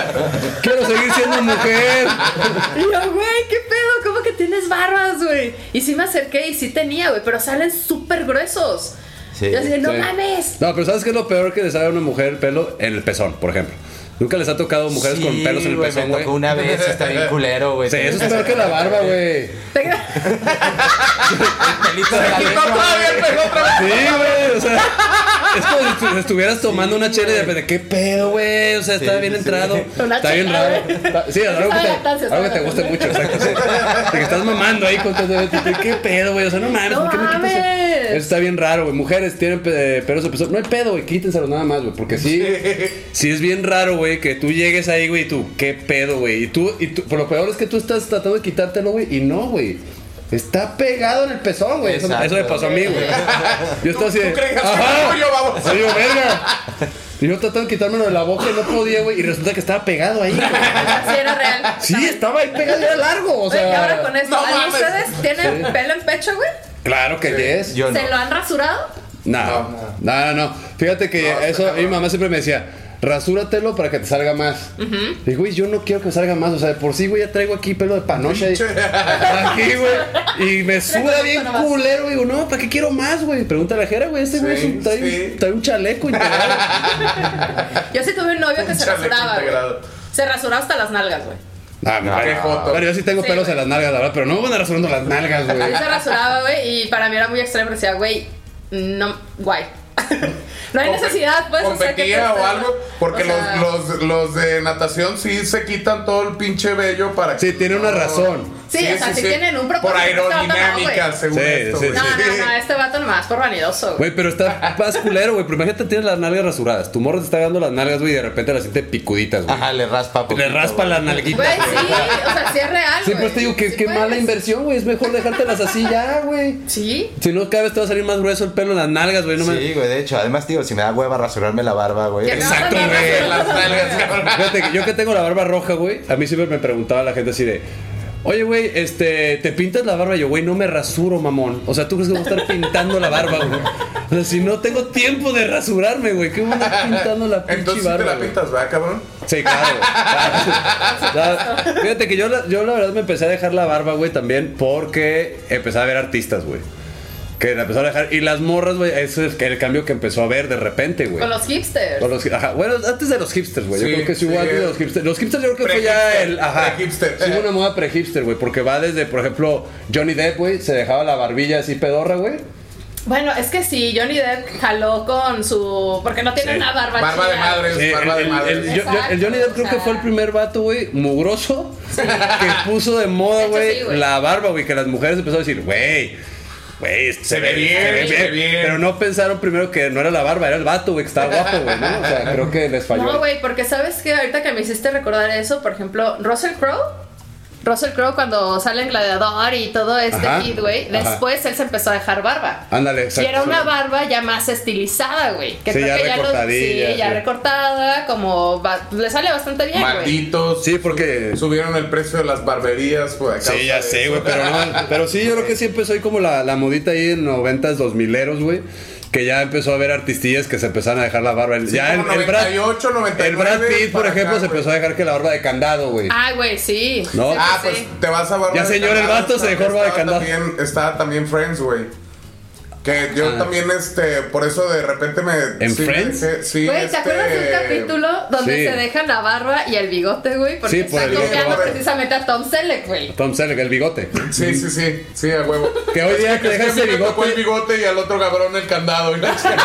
S8: Quiero seguir siendo mujer.
S3: Y yo, güey, ¿qué pedo? ¿Cómo que tienes barbas, güey? Y sí me acerqué y sí tenía, güey, pero salen súper gruesos.
S6: Sí,
S3: yo así de, no
S8: sí.
S3: mames.
S8: No, pero ¿sabes qué es lo peor que les sale a una mujer el pelo? En el pezón, por ejemplo. Nunca les ha tocado mujeres con
S6: Sí,
S8: pelos en el
S6: güey,
S8: pezón,
S6: Me tocó
S8: güey.
S6: una vez, está bien culero, güey.
S8: Sí, eso es peor que la barba, güey.
S3: Te-
S6: Pelito de la
S4: Quitó
S6: lengua,
S4: todavía el pelo otra vez.
S8: Sí, güey, o sea. Es como si estu- estuvieras tomando una chela y de repente, ¿qué pedo, güey? O sea, está
S6: Sí,
S8: bien
S6: sí.
S8: entrado.
S3: Una
S8: Está bien
S3: chela, ¿eh?
S8: raro.
S3: güey.
S8: Está- Sí, algo que
S3: Sabe
S8: te,
S3: a tancia,
S8: algo que
S3: sabe
S8: te
S3: a
S8: guste
S3: tancia.
S8: mucho, exacto. Sí. Porque estás mamando ahí constantemente. ¿Qué- ¿Qué pedo, güey? O sea, no mames,
S3: No
S8: ¿por qué me quitas el-
S3: mames.
S8: Eso está bien raro, güey. Mujeres tienen pe- pelos de pezón. No hay pedo, güey. Quítenselo nada más, güey. Porque sí, sí es bien raro, güey, que tú llegues ahí, güey, y tú, ¿qué pedo, güey? Y tú, y tú, por lo peor es que tú estás tratando de quitártelo, güey, y no, güey. Está pegado en el pezón, güey. Eso,
S6: Exacto.
S8: eso me pasó a mí, güey. Yo estaba así de.
S4: ¿Tú crees que
S8: "Ajá".
S4: soy yo, vamos?
S8: Y yo, verga. Y yo tratando de quitármelo de la boca y no podía, güey. Y resulta que estaba pegado ahí, güey.
S3: Sí, era real.
S8: Sí, estaba ahí pegado y era largo, o
S3: Oye, y ahora con
S8: sea.
S3: esto,
S4: no
S3: ¿alguien de
S4: mames.
S3: ustedes tienen pelo en pecho, güey?
S8: Claro que yes.
S6: Yo no.
S3: ¿Se lo han rasurado?
S8: No, no, no, no. Fíjate que eso, mi mamá siempre me decía, rasúratelo para que te salga más. Y güey, yo no quiero que me salga más. O sea, de por sí, güey, ya traigo aquí pelo de panocha. y- aquí, güey. Y me suda
S3: esto
S8: bien
S3: nomás.
S8: culero. Y digo, no, ¿para qué quiero más, güey? Pregúntale a Jera, güey. Este güey es un-
S4: Sí,
S8: trae, un-
S4: sí.
S8: trae un chaleco integral.
S3: Yo sí tuve un novio que
S4: Un
S3: se
S4: chaleco
S3: rasuraba. güey.
S4: integrado.
S3: Se rasuraba hasta las nalgas, güey.
S8: Ah, no,
S4: qué
S8: no.
S4: joto.
S8: Pero yo sí tengo
S3: Sí,
S8: pelos
S3: güey.
S8: en las nalgas, la verdad. Pero no me van a rasurando las nalgas, güey.
S3: Yo se rasuraba, güey, y para mí era muy extraño, pero decía, güey, no, guay. no hay
S4: Compe-
S3: necesidad, pues, o sea, que
S4: competía
S3: te-
S4: o algo, porque
S3: o sea,
S4: los, los, los de natación sí se quitan todo el pinche vello para
S8: Sí, tiene una razón.
S3: Sí, o sea, sí tienen un propósito,
S4: Por
S3: no,
S4: aerodinámica,
S3: güey.
S4: según
S8: Sí,
S4: esto,
S8: sí,
S4: güey.
S3: No, no, no, este vato nomás por vanidoso, güey.
S8: Güey, pero está más culero, güey. Pero imagínate, tienes las nalgas rasuradas. Tu morro te está dando las nalgas, güey, y de repente las siente picuditas, güey.
S6: Ajá, le raspa.
S8: Le
S6: poquito,
S8: raspa
S6: güey.
S8: las nalguitas.
S3: Güey, Pues
S2: Pues
S3: sí, o sea, sí es real,
S8: Sí,
S3: güey.
S8: pues te digo que
S3: Sí,
S8: qué
S3: pues.
S8: mala inversión, güey. Es mejor dejártelas así ya, güey.
S3: Sí.
S8: Si no, cada vez te va a salir más grueso el pelo en las nalgas, güey. No me...
S6: Sí, güey, de hecho, además, tío, si me da hueva rasurarme la barba, güey.
S3: Que no,
S8: Exacto,
S3: no, no,
S8: güey.
S3: no, no,
S4: Las
S3: no, no,
S4: nalgas,
S3: no.
S4: cabrón.
S8: Fíjate que yo que tengo la barba roja, güey, a mí siempre me preguntaba la gente así de. Oye, güey, este, te pintas la barba. Y yo, güey, no me rasuro, mamón. O sea, tú crees que voy a estar pintando la barba, güey. O sea, si no tengo tiempo de rasurarme, güey, ¿qué voy a andar pintando la pinche
S4: Entonces sí
S8: barba?
S4: te la
S8: güey?
S4: pintas, ¿verdad, cabrón?
S8: Sí, claro. claro. Ya, Fíjate que yo la, yo la verdad me empecé a dejar la barba, güey, también porque empecé a ver artistas, güey.
S2: Que la empezaron a dejar. Y las morras, güey, ese es el cambio que empezó a ver de repente, güey.
S3: Con los hipsters.
S2: Con los hi- ajá, bueno, antes de los hipsters, güey.
S4: Sí,
S2: yo creo que sí hubo
S4: sí. eh,
S2: antes de los hipsters. Los hipsters yo creo que fue ya
S4: Pre-hipster,
S2: el. Ajá.
S4: pre-hipster.
S2: Sí, hubo una moda pre-hipster, güey. Porque va desde, por ejemplo, Johnny Depp, güey, se dejaba la barbilla así pedorra, güey.
S3: Bueno, es que sí, Johnny Depp jaló con su. Porque no tiene una barba
S4: Barba de
S3: chida.
S4: madre,
S2: Sí, el,
S4: barba de
S2: el-
S4: madre.
S2: el- yo- yo-
S3: Exacto,
S2: el Johnny Depp creo
S3: o
S2: que
S3: sea.
S2: fue el primer vato, güey, mugroso, que puso de moda,
S3: De hecho,
S2: güey,
S3: sí, güey.
S2: la barba, güey, que las mujeres empezaron a decir, güey, güey, este se,
S4: ve bien, se ve bien.
S2: Pero no pensaron primero que no era la barba, era el vato, güey, que estaba guapo, güey, ¿no? O sea, creo que les falló.
S3: No, güey, porque sabes que ahorita que me hiciste recordar eso, por ejemplo, Russell Crowe. Russell Crowe cuando sale en Gladiador y todo este
S2: Ajá,
S3: hit, güey,
S2: ajá.
S3: después él se empezó a dejar barba.
S2: Ándale,
S3: Y era
S2: exacto.
S3: una barba ya más estilizada, güey. Que
S2: Sí, ya
S3: que los-
S2: recortadilla,
S3: sí, ya
S2: sí.
S3: recortada, como va- le sale bastante bien, güey.
S4: Malditos.
S2: Sí, porque
S4: Subieron el precio de las barberías, güey. a causa
S2: Sí, ya
S4: de
S2: sé,
S4: eso.
S2: güey, pero no, pero sí, yo creo que sí empezó ahí como la, la modita ahí en 90s, 2000 güey, que ya empezó a haber artistillas que se empezaron a dejar la barba. El-
S4: Sí,
S2: ya
S4: como
S2: el, el Brad,
S4: 98, 99
S2: el Brad Pitt, por
S4: para
S2: ejemplo,
S4: acá,
S2: se
S4: güey.
S2: empezó a dejar que la barba de candado, güey.
S3: Ah, güey, sí.
S2: No.
S3: Sí,
S4: Ah,
S3: sí,
S4: pues
S3: sí.
S4: te vas a barba
S2: Ya,
S4: de
S2: señor, el
S4: candado,
S2: vato se dejó barba de
S4: estaba
S2: candado.
S4: También, estaba también Friends, güey. Que yo también, este, por eso de repente me.
S2: Ah. ¿En
S4: sí, me
S2: Friends?
S4: dejé- sí,
S3: Güey, ¿te
S4: este,
S3: acuerdas de un capítulo donde
S2: sí.
S3: se dejan la barba y el bigote, güey? Porque
S2: Sí, por
S3: están
S2: el
S3: copiando
S4: bigote.
S3: precisamente a Tom Selleck, güey.
S2: Tom Selleck, el bigote.
S4: Sí, sí, sí, sí, a huevo.
S2: Que hoy día que
S4: Es
S2: dejas
S4: que a
S2: ese
S4: mí me tocó el
S2: bigote.
S4: bigote y al otro cabrón el candado. y la chingada.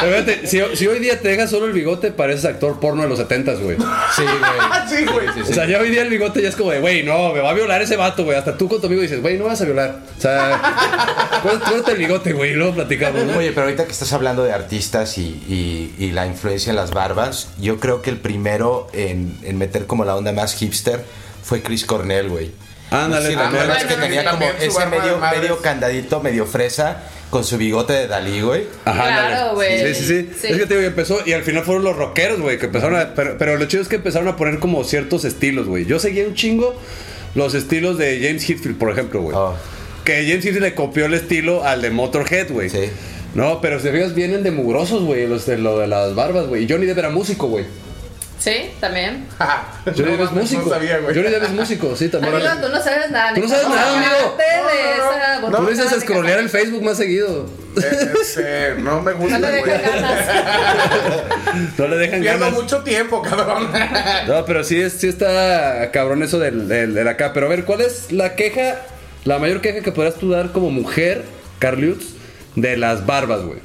S2: Pero fíjate, si, si hoy día te dejas solo el bigote, pareces actor porno de los 70s, güey.
S6: Sí, güey.
S4: sí, güey.
S2: O sea, ya hoy día el bigote ya es como de, güey, no, me va a violar ese vato, güey. Hasta tú con tu amigo dices, güey, no vas a violar. O sea, cuént- cuéntate el bigote, güey, y luego platicamos, ¿no?
S6: Oye, pero ahorita que estás hablando de artistas y, y- y la influencia en las barbas, yo creo que el primero en, en meter como la onda más hipster fue Chris Cornell, güey.
S2: Ándale, ah,
S6: Sí,
S2: también.
S6: recuerdas que
S4: Bueno,
S6: tenía como
S4: también su
S6: ese
S4: barba de
S6: medio,
S4: madres.
S6: medio candadito, medio fresa, con su bigote de Dalí, güey.
S3: Claro,
S2: ándale.
S3: güey.
S2: Sí, sí, sí,
S3: Sí.
S2: Es que te digo, y empezó y al final fueron los rockeros, güey, que empezaron a. Pero, pero lo chido es que empezaron a poner como ciertos estilos, güey. Yo seguía un chingo los estilos de James Hetfield, por ejemplo, güey.
S6: Oh.
S2: Que James Hetfield le copió el estilo al de Motorhead, güey.
S6: Sí.
S2: No, pero si te fijas, vienen de mugrosos, güey, los de lo de las barbas, güey. Y Johnny Depp era músico, güey.
S3: Sí, también.
S2: Johnny Depp
S4: No
S2: es
S4: mames,
S2: músico.
S4: No sabía, güey.
S2: Johnny Depp es músico, sí, también.
S3: Amigo, tú no sabes nada.
S2: Tú no sabes nada, amigo.
S3: amigo.
S2: Tú dices a scrollear el Facebook más seguido.
S4: Eh, este, no me gusta,
S3: No te
S4: güey.
S3: dejan ganas.
S2: No le dejan
S4: Pierdo
S2: ganas.
S4: mucho tiempo, cabrón.
S2: No, pero sí, es- sí está cabrón eso del, del- del acá. Pero a ver, ¿cuál es la queja, la mayor queja que podrás tú dar como mujer, Carliutz, de las barbas, güey?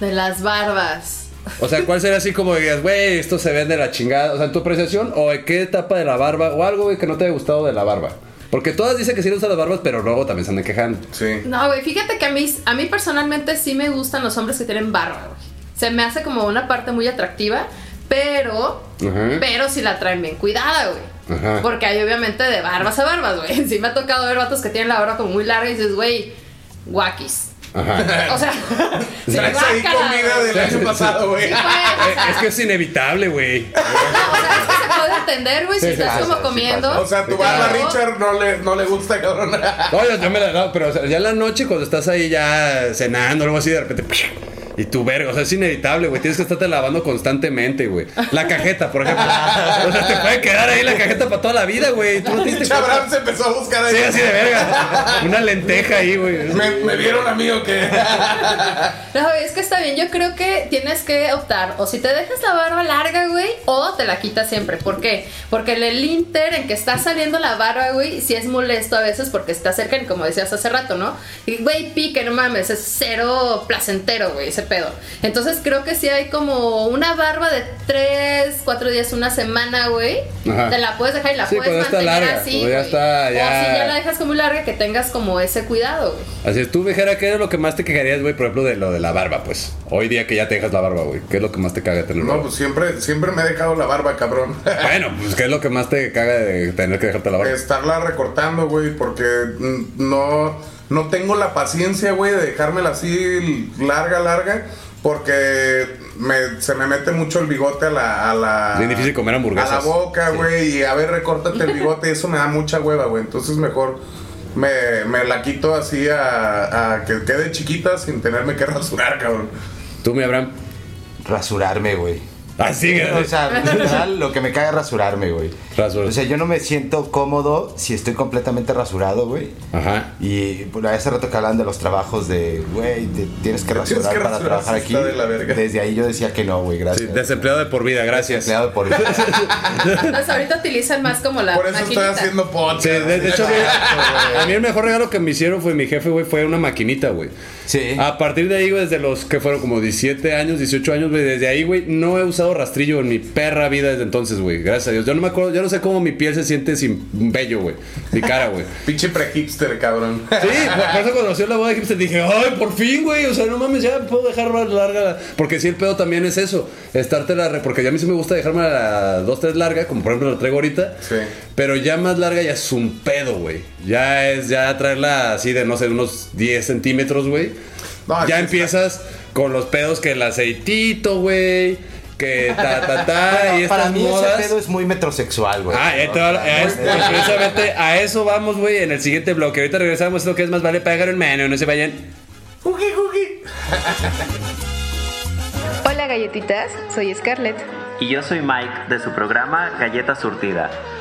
S3: De las barbas.
S2: O sea, ¿cuál sería así como que digas, güey, esto se vende la chingada? O sea, en tu apreciación, o en qué etapa de la barba, o algo, güey, que no te haya gustado de la barba. Porque todas dicen que sí le usan las barbas, pero luego también se andan quejando.
S4: Sí.
S3: No, güey, fíjate que a mí, a mí personalmente sí me gustan los hombres que tienen barba, güey. Se me hace como una parte muy atractiva, pero,
S2: Ajá.
S3: pero si la traen bien cuidada, güey.
S2: Ajá.
S3: Porque hay obviamente de barbas a barbas, güey. Sí me ha tocado ver vatos que tienen la barba como muy larga y dices, güey, guakis.
S2: Ajá.
S3: O sea, sí,
S4: Traes ahí
S3: guácala,
S4: comida
S3: güey.
S4: del año pasado, güey.
S3: Sí, güey, o sea,
S2: Eh, es que es inevitable, güey.
S3: No, o sea, es que se puede atender, güey, si
S2: Sí, sí,
S3: estás
S6: pasa,
S3: como
S6: sí
S3: comiendo.
S6: pasa.
S4: O sea, tu
S3: Pero-
S4: barba Richard no le, no le gusta, cabrón.
S2: No, yo, yo me la no, pero o sea, ya en la noche cuando estás ahí ya cenando o algo así, de repente. ¡piu! Y tu verga, o sea, es inevitable, güey. Tienes que estarte lavando constantemente, güey. La cajeta, por ejemplo. O sea, te puede quedar ahí la cajeta para toda la vida, güey. Tú no te diste
S4: Pinche
S2: cuenta.
S4: Abraham se empezó a buscar ahí.
S2: Sí, así de verga. Una lenteja ahí, güey.
S4: Me, me vieron a mí o qué.
S3: No, es que está bien, yo creo que tienes que optar o si te dejas la barba larga, güey, o te la quitas siempre. ¿Por qué? Porque en el inter en que está saliendo la barba, güey, sí es molesto a veces porque está cerca, y como decías hace rato, ¿no? Y, güey, pique, no mames, es cero placentero, güey, ese pedo. Entonces creo que sí hay como una barba de 3, 4 días, una semana, güey.
S2: Ajá.
S3: Te la puedes dejar y la
S2: Sí,
S3: puedes
S2: cuando está
S3: mantener
S2: larga,
S3: así.
S2: cuando ya
S3: güey.
S2: está, ya-
S3: O si ya la dejas como larga, que tengas como ese cuidado, güey.
S2: Así es, tú, Vejera, ¿qué es lo que más te quejarías, güey? Por ejemplo, de lo de la barba, pues. Hoy día que ya te dejas la barba, güey. ¿Qué es lo que más te caga tener
S4: No,
S2: barba?
S4: pues siempre, siempre me he dejado la barba, cabrón.
S2: Bueno, pues, ¿qué es lo que más te caga de tener que dejarte la barba?
S4: Estarla recortando, güey, porque mm, no, no tengo la paciencia, güey, de dejármela así larga, larga, porque me- se me mete mucho el bigote a la... A la
S2: Bien difícil comer hamburguesas.
S4: A la boca, güey, y a ver, recórtate el bigote, y eso me da mucha hueva, güey, entonces mejor... Me, me la quito así a, a que quede chiquita sin tenerme que rasurar, cabrón.
S2: Tú, mi Abraham.
S6: Rasurarme, güey.
S2: Así,
S6: O
S2: güey.
S6: sea, literal, lo que me cae es rasurarme, güey.
S2: Rasuras.
S6: O sea, yo no me siento cómodo si estoy completamente rasurado, güey.
S2: Ajá.
S6: Y bueno, hace rato que hablaban de los trabajos de, güey, te tienes que
S4: Tienes que
S6: rasurar para
S4: rasurar,
S6: trabajar
S4: sí
S6: aquí.
S4: está de la verga.
S6: Desde ahí yo decía que no, güey,
S2: Sí,
S6: gracias.
S2: desempleado de por vida, gracias. Sí,
S6: Desempleado por vida.
S3: Entonces ahorita utilizan más como la
S4: Por eso
S3: maquinita.
S4: estoy haciendo podcast.
S2: de, de hecho, güey, a mí el mejor regalo que me hicieron fue mi jefe, güey, fue una maquinita, güey.
S6: Sí.
S2: A partir de ahí, güey, desde los que fueron como 17 años, 18 años, güey, desde ahí, güey, no he usado rastrillo en mi perra vida desde entonces, güey. Gracias a Dios. Yo no me acuerdo, yo no sé cómo mi piel se siente sin bello, güey. Mi cara, güey.
S4: Pinche pre-hipster, cabrón.
S2: Sí, por por eso cuando nació la boda de Hipster dije, ay, por fin, güey, o sea, no mames, ya puedo dejar más larga. la-". Porque sí, el pedo también es eso, estarte la... re- Porque ya a mí sí me gusta dejarme la dos, tres larga, como por ejemplo la traigo ahorita.
S4: Sí.
S2: Pero ya más larga ya es un pedo, güey. Ya es, ya traerla así de, no sé, unos 10 centímetros, güey.
S4: No,
S2: ya
S4: Ah, sí
S2: empiezas con los pedos que el aceitito, güey, que ta, ta, ta, y
S6: Bueno,
S2: estas
S6: para mí
S2: modas.
S6: ese pedo es muy metrosexual, güey.
S2: Ah, ya te va- a es- precisamente a eso vamos, güey, en el siguiente bloque. Ahorita regresamos lo que es más vale pagar en mano, no se vayan.
S9: Hola galletitas, soy Scarlett.
S10: Y yo soy Mike de su programa Galleta Surtida.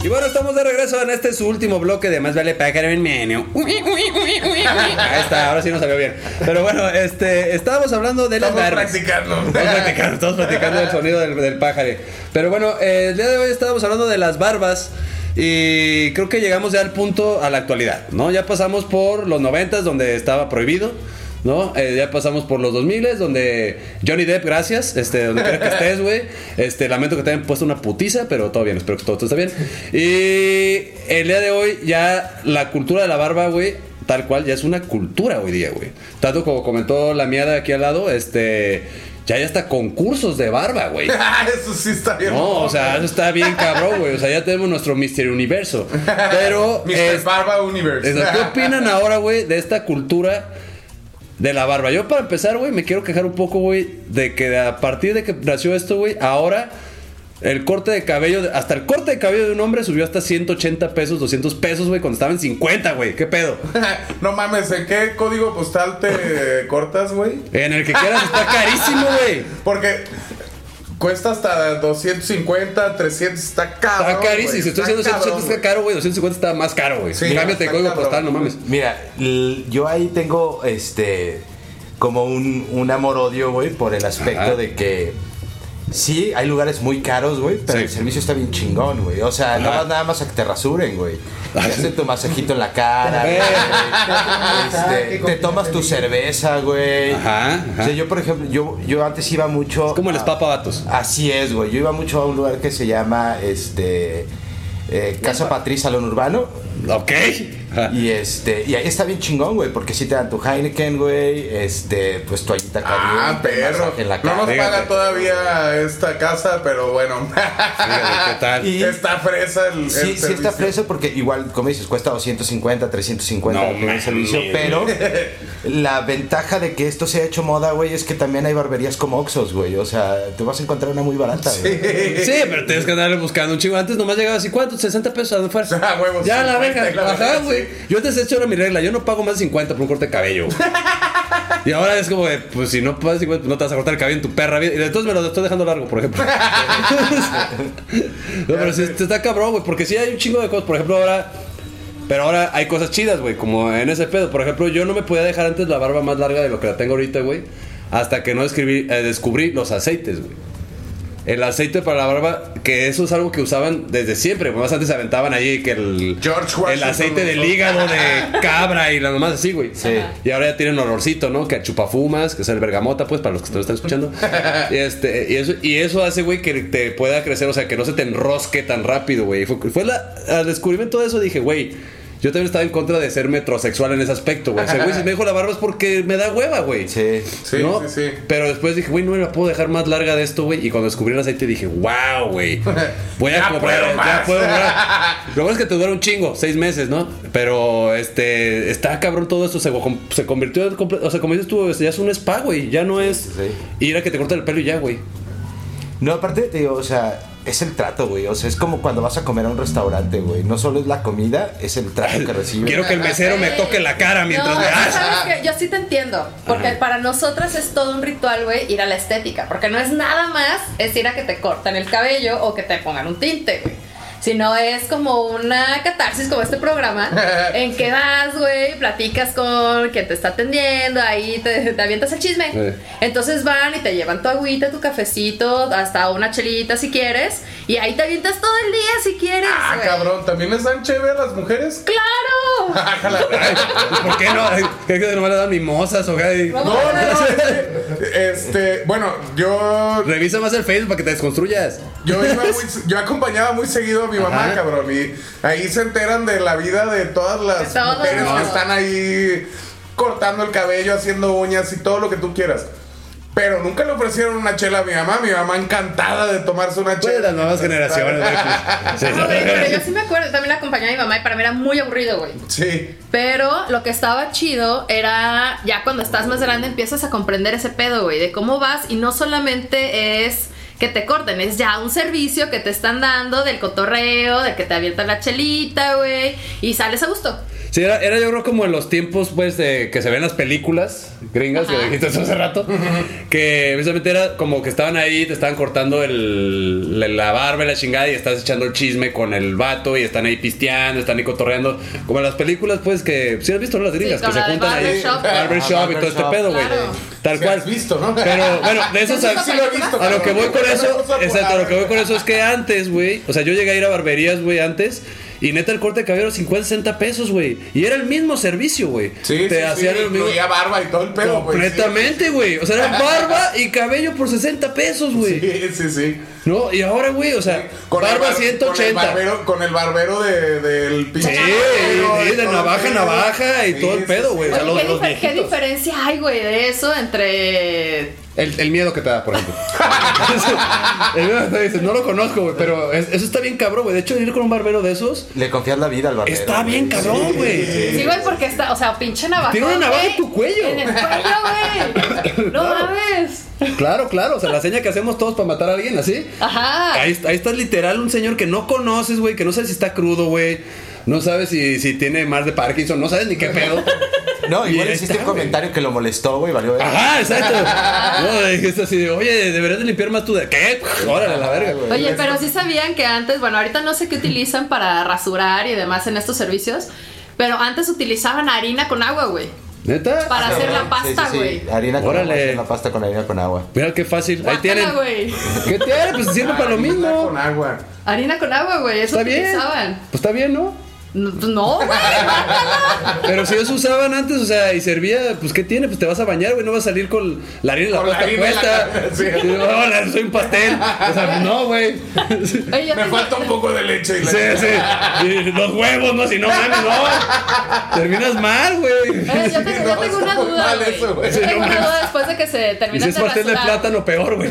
S2: Y bueno, estamos de regreso en este su último bloque de más vale pagar en mano. Ahí está, ahora sí nos salió bien. Pero bueno, este, estábamos hablando de las
S4: Estamos
S2: barbas.
S4: practicando.
S2: Estamos platicando, estamos platicando del sonido del, del pájaro. Pero bueno, eh, el día de hoy estábamos hablando de las barbas. Y creo que llegamos ya al punto a la actualidad, ¿no? Ya pasamos por los 90 donde estaba prohibido, ¿no? Eh, ya pasamos por los 2000 donde Johnny Depp, gracias, este, donde quiera que estés, güey. Este, lamento que te hayan puesto una putiza, pero todo bien, espero que todo, todo está bien. Y el día de hoy ya la cultura de la barba, güey, tal cual ya es una cultura hoy día, güey. Tanto como comentó la mía de aquí al lado, este ya hay hasta concursos de barba, güey.
S4: eso sí está bien.
S2: No, o sea, eso está bien cabrón, güey. O sea, ya tenemos nuestro Mister Universo. Pero
S4: Mr.
S2: es-
S4: Barba Universe.
S2: Exacto. ¿Qué opinan ahora, güey, de esta cultura de la barba? Yo para empezar, güey, me quiero quejar un poco, güey, de que a partir de que nació esto, güey, ahora el corte de cabello, de- hasta el corte de cabello de un hombre subió hasta 180 pesos, 200 pesos, güey, cuando estaba en 50, güey. ¿Qué pedo?
S4: no mames, ¿en qué código postal te cortas, güey?
S2: En el que quieras está carísimo, güey.
S4: Porque cuesta hasta 250, 300, está caro.
S2: Está carísimo.
S4: güey,
S2: Si estoy haciendo
S4: cabrón,
S2: 180 está
S4: güey.
S2: caro, güey. 250 está más caro, güey.
S4: Sí,
S2: Cámbiate de
S4: está
S2: código
S4: cabrón.
S2: postal, no mames.
S6: Mira, l- yo ahí tengo este como un, un amor-odio, güey, por el aspecto
S2: Ajá.
S6: de que sí, hay lugares muy caros, güey, pero
S2: Sí.
S6: el servicio está bien chingón, güey. O sea, no vas nada más a que te rasuren, güey. Te hacen tu masajito en la cara, güey. Este, te tomas tu cerveza, güey.
S2: Ajá, ajá.
S6: O sea, yo, por ejemplo, yo, yo antes iba mucho...
S2: Es como
S6: a-
S2: les papa vatos.
S6: Así es, güey. Yo iba mucho a un lugar que se llama, este... eh, Casa Patriz Salón Urbano.
S2: Ok. Ajá.
S6: Y este, y ahí está bien chingón, güey, porque si te dan tu Heineken, güey, este, pues toallita caliente,
S4: Ah, perro.
S6: masaje en la
S4: No nos
S6: cara.
S4: paga todavía esta casa, pero bueno.
S2: Fíjate, ¿Qué tal?
S6: Y-
S4: está fresa el. el
S6: Sí, sí
S4: servicio.
S6: está preso porque igual, como dices, cuesta 250, 350
S2: No
S6: lo que es el
S2: mames.
S6: servicio, pero la ventaja de que esto se ha hecho moda, güey, es que también hay barberías como Oxxos, güey, o sea, te vas a encontrar una muy barata, güey.
S2: Sí, pero tienes que andarle buscando un chingo. Antes nomás llegaba así, ¿cuántos? 60 pesos a la fuerza.
S4: Ah, huevos,
S2: ya la
S4: 50,
S2: verga.
S4: la verga,
S2: Ajá,
S4: sí.
S2: güey. Yo antes he hecho era mi regla. Yo no pago más de 50 por un corte de cabello. güey. y ahora es como, de, pues si no pagas 50, pues no te vas a cortar el cabello en tu perra vida. Y entonces me lo estoy dejando largo, por ejemplo. no, pero sí, te está cabrón, güey. Porque sí hay un chingo de cosas. Por ejemplo, ahora. Pero ahora hay cosas chidas, güey, como en ese pedo. Por ejemplo, yo no me podía dejar antes la barba más larga de lo que la tengo ahorita, güey. Hasta que no describí, eh, descubrí los aceites, güey. El aceite para la barba, que eso es algo que usaban desde siempre. Más antes se aventaban ahí que el,
S4: George Washington
S2: el aceite del
S4: lo usó.
S2: hígado de cabra y las nomás así, güey. Y ahora ya tienen olorcito, ¿no? Que a chupafumas, que es el bergamota, pues, para los que te lo están escuchando. y, este, y, eso, y eso hace, güey, que te pueda crecer, o sea, que no se te enrosque tan rápido, güey. Fue, fue la, al descubrimiento de eso dije, güey. Yo también estaba en contra de ser metrosexual en ese aspecto, güey. O sea, güey, si me dejo la barba es porque me da hueva, güey.
S6: Sí.
S4: Sí,
S2: ¿no?
S4: sí, sí.
S2: Pero después dije, güey, no me la puedo dejar más larga de esto, güey. Y cuando descubrí el aceite dije, wow, güey. Voy a
S4: Ya
S2: comprar,
S4: puedo
S2: ya
S4: más.
S2: puedo comprar. Lo bueno es que te dura un chingo, seis meses, ¿no? Pero este, está cabrón todo esto. Se, com- se convirtió, en comple- o sea, como dices tú, este, ya es un spa, güey. Ya no es
S6: sí,
S2: ir a que te corten el pelo y ya, güey.
S6: No, aparte te digo, o sea, es el trato, güey. O sea, es como cuando vas a comer a un restaurante, güey. No solo es la comida, es el trato que recibes.
S2: Quiero que el mesero me toque la cara mientras
S3: no,
S2: me
S3: es que
S2: hace.
S3: sabes que yo sí te entiendo, porque para nosotras es todo un ritual, güey, ir a la estética, porque no es nada más es ir a que te cortan el cabello o que te pongan un tinte, güey. Sino es como una catarsis como este programa en que vas, güey, platicas con quien te está atendiendo, ahí te, te avientas el chisme.
S2: Sí.
S3: Entonces van y te llevan tu agüita, tu cafecito, hasta una chelita si quieres, y ahí te avientas todo el día si quieres.
S4: Ah,
S3: güey.
S4: cabrón, ¿también les dan chévere a las mujeres?
S3: ¡Claro!
S2: ¿Por qué no? ¿Crees que no me le dan mimosas o qué?
S4: No, no, no. es que, Este, bueno, yo
S2: Revisa más el Facebook para que te desconstruyas.
S4: Yo, iba muy- yo acompañaba muy seguido a mi mamá,
S2: Ajá.
S4: cabrón, y ahí se enteran de la vida de todas las
S3: De todo.
S4: mujeres que están ahí cortando el cabello, haciendo uñas y todo lo que tú quieras. Pero nunca le ofrecieron una chela a mi mamá, mi mamá encantada de tomarse una
S2: Pues
S4: chela.
S2: las nuevas generaciones. güey. Sí,
S3: No, güey, Ah, pero yo sí me acuerdo, también la acompañé a mi mamá y para mí era muy aburrido, güey.
S4: Sí,
S3: Pero lo que estaba chido era, ya cuando estás más grande empiezas a comprender ese pedo, güey, de cómo vas y no solamente es que te corten, es ya un servicio que te están dando del cotorreo, de que te avientan la chelita, güey, y sales a gusto.
S2: Sí, era, era yo creo como en los tiempos pues de que se ven las películas gringas, que
S3: Ajá.
S2: dijiste eso hace rato, que precisamente era como que estaban ahí, te estaban cortando el, la- la barba y la chingada y estás echando el chisme con el vato y están ahí pisteando, están ahí cotorreando, como en las películas pues que, si has visto no? las gringas,
S3: Sí,
S2: que
S3: con
S2: se
S3: la de
S2: juntan ahí,
S3: Barbershop.
S2: barbershop y todo este
S6: Barbershop.
S2: pedo, güey,
S3: Claro.
S2: tal
S4: Sí,
S2: cual.
S4: has visto, ¿no?
S2: Pero bueno, de eso
S3: ¿Has visto
S2: sí
S3: esa película?
S4: visto,
S2: a lo que
S4: cabrón.
S2: voy con eso,
S4: Cosa por-
S2: exacto, a lo que voy con eso es que antes, güey, o sea, yo llegué a ir a barberías, güey, antes y neta el corte de cabello era 50, 60 pesos, güey, y era el mismo servicio, güey.
S4: sí,
S2: te
S4: sí,
S2: hacían
S4: sí,
S2: el mismo
S4: incluía barba y todo el pedo, pues. güey.
S2: completamente, güey. O sea, era barba y cabello por 60 pesos, güey.
S4: Sí, sí, sí. sí.
S2: ¿No? Y ahora, güey, o sea,
S4: el
S2: barba
S4: bar- Con el
S2: 180.
S4: barbero, con el barbero de, del
S2: Sí,
S4: pinche.
S2: sí, de navaja, navaja y
S4: Sí,
S2: todo el
S4: sí,
S2: pedo,
S4: sí.
S2: güey. O sea,
S3: Oye,
S2: los,
S3: ¿qué,
S2: los
S3: difer- qué
S2: viejitos.
S3: diferencia hay, güey, de eso entre...
S2: El, el miedo que te da, por ejemplo. el miedo que te dices, no lo conozco, güey, pero es- eso está bien cabrón, güey. De hecho, ir con un barbero de esos
S6: Le confías la vida al barbero.
S2: está
S6: güey.
S2: bien cabrón, güey.
S3: pues Sí, güey, porque está, o sea, pinche navaja.
S2: Tiene una navaja en
S3: güey,
S2: tu cuello.
S3: En el cuello, güey. No mames.
S2: Claro, claro. O sea, la seña que hacemos todos para matar a alguien, así.
S3: Ajá.
S2: Ahí, está- ahí está literal un señor que no conoces, güey, que no sabes si está crudo, güey. No sabes si, si tiene más de Parkinson, no sabes ni qué pedo.
S6: No,
S2: Y
S6: igual
S2: ahí
S6: hiciste
S2: está,
S6: un
S2: güey.
S6: comentario que lo molestó, güey, valió.
S2: Ajá, exacto. No, dijiste así, de, oye, deberías de limpiar más tu de. ¿Qué? Órale, a la verga, güey.
S3: Oye, pero sí sabían que antes, bueno, ahorita no sé qué utilizan para rasurar y demás en estos servicios, pero antes utilizaban harina con agua, güey,
S2: ¿Neta?
S3: para hacer la pasta,
S6: Sí,
S3: güey.
S6: sí, sí. Harina con
S2: Órale.
S6: agua, hacer la pasta con harina con agua.
S2: Mira qué fácil. Ahí
S3: Guácala,
S2: tienen.
S3: güey.
S2: ¿Qué tiene? Pues sirve para lo mismo.
S4: Con agua.
S3: Harina con agua, güey, eso
S2: Está bien.
S3: utilizaban.
S2: Pues está bien, ¿no?
S3: No, pues no, güey, guácala.
S2: Pero si ellos usaban antes, o sea, y servía, pues ¿qué tiene? Pues te vas a bañar, güey, no vas a salir con la harina en la
S4: Con la
S2: puesta
S4: harina en
S2: puesta.
S4: la cara, sí.
S2: Y, Hola, soy un pastel. O sea, pues, no, güey. Sí,
S3: Oye, yo
S4: Me
S3: tengo-
S4: falta un poco de leche y la
S2: sí. Y los huevos, no, si no mames, no. Terminas mal, güey.
S3: oye, yo tengo, yo
S4: No,
S3: tengo
S4: está
S3: una
S4: muy
S3: duda,
S4: mal
S3: güey.
S4: eso, güey.
S3: Yo tengo una duda después de que se
S2: Y si
S3: terminan
S2: es
S3: de
S2: pastel de
S3: rasurar.
S2: plátano, peor, güey.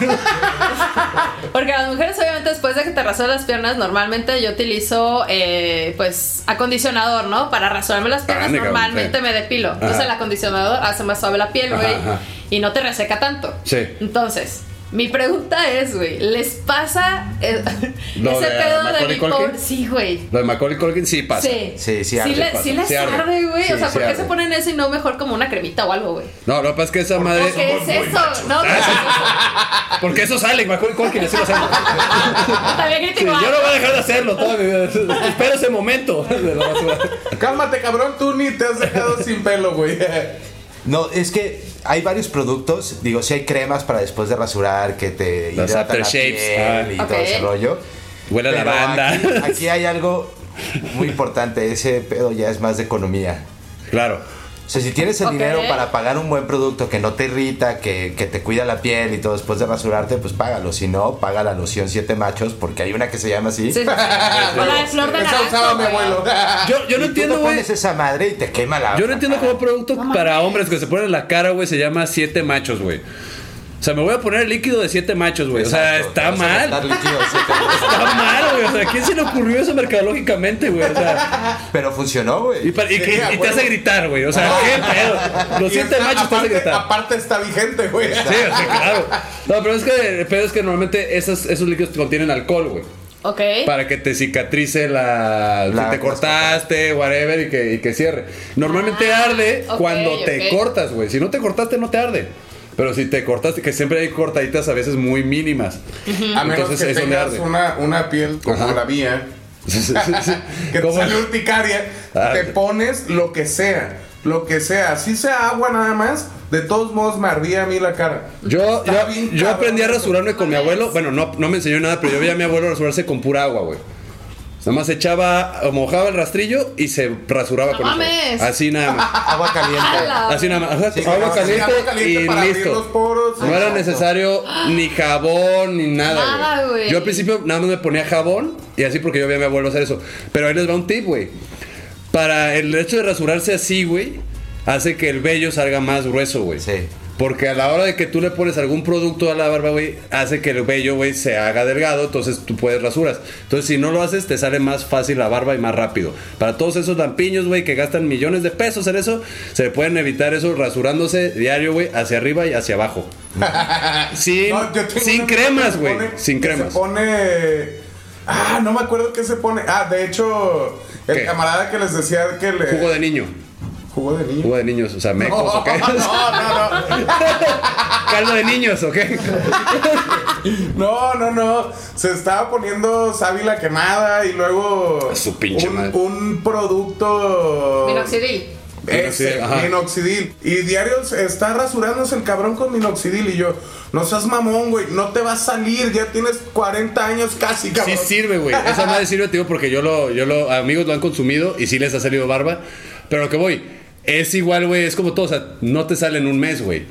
S3: Porque las mujeres obviamente después de que te rasuras las piernas, normalmente yo utilizo eh, pues acondicionador, ¿no? Para rasurarme las piernas
S2: Grande, cabrón,
S3: normalmente
S2: sí.
S3: me depilo. Entonces el acondicionador hace más suave la piel,
S2: Ajá,
S3: güey.
S2: ajá.
S3: Y no te reseca tanto.
S2: Sí.
S3: Entonces, mi pregunta es, güey, ¿les pasa eh,
S2: Lo
S3: ese
S2: de
S3: pedo de
S2: Macaulay
S3: mi
S2: Culkin?
S3: por- Sí, güey.
S2: Lo de Macaulay Culkin sí pasa.
S3: Sí,
S6: Sí, sí arde,
S3: le-
S2: pasa.
S3: sí les
S2: Sí arde.
S3: arde, güey.
S2: Sí,
S3: o sea,
S2: sí
S3: ¿por qué
S2: arde.
S3: se ponen eso y no mejor como una cremita o algo, güey?
S2: No, lo que pasa es que esa madre.
S3: ¿Qué es eso? No, pues, no,
S2: Porque eso sale, Macaulay Culkin, así lo hacemos.
S3: también
S2: Sí, yo
S3: critico.
S2: no voy a dejar de hacerlo toda mi vida. Espero ese momento. de la basura.
S4: Cálmate, cabrón, tú ni te has dejado sin pelo, güey.
S6: No, es que hay varios productos, digo, si hay cremas para después de rasurar que te
S2: Las
S6: hidratan la
S2: aftershaves,
S6: piel
S2: ah.
S6: y todo
S3: Ok.
S6: ese rollo.
S2: Huele a
S6: Pero
S2: lavanda.
S6: Aquí, aquí hay algo muy importante, ese pedo ya es más de economía.
S2: Claro.
S6: O sea, si tienes el
S3: Ok.
S6: dinero para pagar un buen producto que no te irrita, que, que te cuida la piel y todo después de rasurarte, pues págalo. Si no, paga la loción siete machos, porque hay una que se llama así.
S3: Sí, sí, sí. Con la de flor de
S4: Esa
S3: naranjo,
S4: usaba mi
S3: güey.
S4: abuelo.
S2: Yo, yo no
S6: Y tú te
S2: entiendo, güey.
S6: pones esa madre y te quema la.
S2: Yo no entiendo cómo producto para hombres que se ponen en la cara, güey, se llama siete machos, güey. O sea, me voy a poner el líquido de siete machos, güey. O sea,
S6: Exacto,
S2: está
S6: te vas a
S2: mal.
S6: gastar líquido siete veces.
S2: Está mal, güey. O sea, ¿quién se le ocurrió eso mercadológicamente, güey? O sea,
S6: Pero funcionó, güey.
S2: y, pa- y que-
S4: Sí,
S2: y
S4: a
S2: te
S4: huevo.
S2: hace gritar, güey. O sea, ¿qué pedo? Los
S4: Y
S2: siete
S4: está-
S2: machos te hace
S4: aparte,
S2: gritar.
S4: aparte está vigente, güey.
S2: Sí, o sea, claro. No, pero es que el pedo es que normalmente esos, esos líquidos contienen alcohol, güey.
S3: Ok.
S2: Para que te cicatrice la.
S6: La-
S2: si te cortaste, whatever, y que, y que cierre. Normalmente
S3: Ah,
S2: arde
S3: ok,
S2: cuando te
S3: ok.
S2: cortas, güey. Si no te cortaste, no te arde. Pero si te cortaste, que siempre hay cortaditas a veces muy mínimas.
S4: A menos
S2: Entonces
S4: que
S2: es donde
S4: tengas
S2: arde.
S4: una, una piel como
S2: Ajá.
S4: la mía, que te
S2: ¿Cómo?
S4: sale urticaria,
S2: Ah.
S4: te pones lo que sea, lo que sea, así sea agua nada más, de todos modos me ardía a mí la cara.
S2: Yo,
S4: Está
S2: yo,
S4: bien
S2: yo
S4: cabrón.
S2: aprendí a rasurarme con mi
S3: Mames.
S2: abuelo. Bueno, no, no me enseñó nada, pero yo veía a mi abuelo rasurarse con pura agua, güey. Nada más echaba, mojaba el rastrillo y se rasuraba
S3: No
S2: con eso.
S3: mames.
S2: Así nada más.
S6: Agua caliente.
S3: Ala.
S2: Así nada más. Ajá,
S6: Sí,
S2: agua,
S6: agua
S2: caliente
S4: caliente
S2: y
S4: para abrir
S2: listo.
S4: los poros.
S2: no era
S4: Exacto.
S2: necesario ni jabón ni nada,
S3: Nada,
S2: güey.
S3: güey.
S2: Yo al principio nada más me ponía jabón y así porque yo veía a mi abuelo hacer eso. Pero ahí les va un tip, güey. Para el hecho de rasurarse así, güey, hace que el vello salga más grueso, güey.
S6: Sí.
S2: Porque a la hora de que tú le pones algún producto a la barba, güey, hace que el vello, güey, se haga delgado, entonces tú puedes rasuras. Entonces, si no lo haces, te sale más fácil la barba y más rápido. Para todos esos lampiños, güey, que gastan millones de pesos en eso, se pueden evitar eso rasurándose diario, güey, hacia arriba y hacia abajo. Sin,
S4: No, yo tengo
S2: sin
S4: un amigo que
S2: cremas,
S4: se
S2: güey.
S4: pone-
S2: Sin
S4: que
S2: cremas.
S4: Se pone. Ah, no me acuerdo qué se pone. Ah, de hecho, el
S2: ¿Qué?
S4: camarada que les decía que le.
S2: Jugo de niño.
S4: Jugo de niño.
S2: Jugo de niños, o sea, mecos,
S4: No,
S2: ¿ok?
S4: no, no, no.
S2: Caldo de niños, ¿ok?
S4: No, no, no. Se estaba poniendo sábila quemada y luego.
S2: Su pinche
S4: un,
S2: madre.
S4: un producto.
S3: Minoxidil.
S4: Ese,
S2: Minoxidil, ajá.
S4: minoxidil. Y diario se está rasurándose el cabrón con minoxidil. Y yo, no seas mamón, güey. No te va a salir. Ya tienes 40 años casi,
S2: Sí
S4: cabrón.
S2: sirve, güey. Esa madre sirve, tío, porque yo lo, yo lo, amigos lo han consumido y sí les ha salido barba. Pero lo que voy, es igual, güey, es como todo, o sea, no te sale en un mes, güey.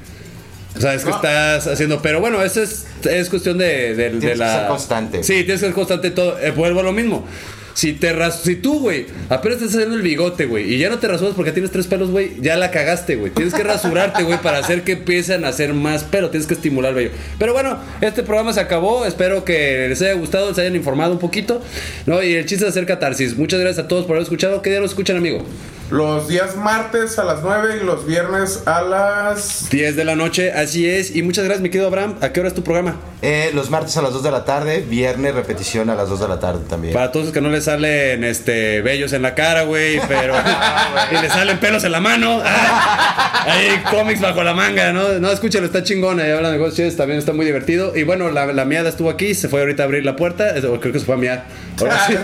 S2: O sea, es que estás haciendo, pero bueno, eso es, es cuestión de, de- de
S6: que
S2: la...
S6: ser constante.
S2: Sí, tienes que ser constante en todo. Eh, vuelvo a lo mismo. Si te ras... si tú, güey, apenas te estás haciendo el bigote, güey, y ya no te rasuras porque tienes tres pelos, güey, ya la cagaste, güey. Tienes que rasurarte, güey, para hacer que empiecen a hacer más pelo. Tienes que estimular el vello. Pero bueno, este programa se acabó. Espero que les haya gustado, les hayan informado un poquito. No, y el chiste de hacer catarsis. Muchas gracias a todos por haber escuchado. ¿Qué día nos escuchan, amigo?
S4: Los días martes a las 9 y los viernes a las.
S2: 10 de la noche, así es. Y muchas gracias, mi querido Abraham. ¿A qué hora es tu programa?
S6: Eh, los martes a las 2 de la tarde, viernes repetición a las 2 de la tarde también.
S2: Para todos los que no les salen este vellos en la cara, güey, pero y les salen pelos en la mano. Hay cómics bajo la manga, ¿no? No, escúchalo, está chingón, ahí hablan de cosas chidas, también está muy divertido. Y bueno, la, la miada estuvo aquí, se fue ahorita a abrir la puerta, es- o creo que se fue a miar. Ahora sí.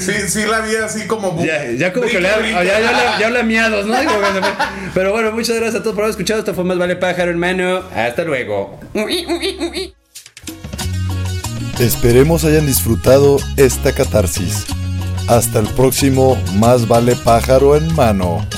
S4: Sí, sí, la vi así como. bu-
S2: Ya, ya como que le habla,
S4: brinca, brinca.
S2: ya, ya habla- ya habla miados, ¿no? Como que se fue. Pero bueno, muchas gracias a todos por haber escuchado. Esto fue Más Vale Pájaro, hermano. Hasta luego.
S1: Esperemos hayan disfrutado esta catarsis. Hasta el próximo Más vale pájaro en mano.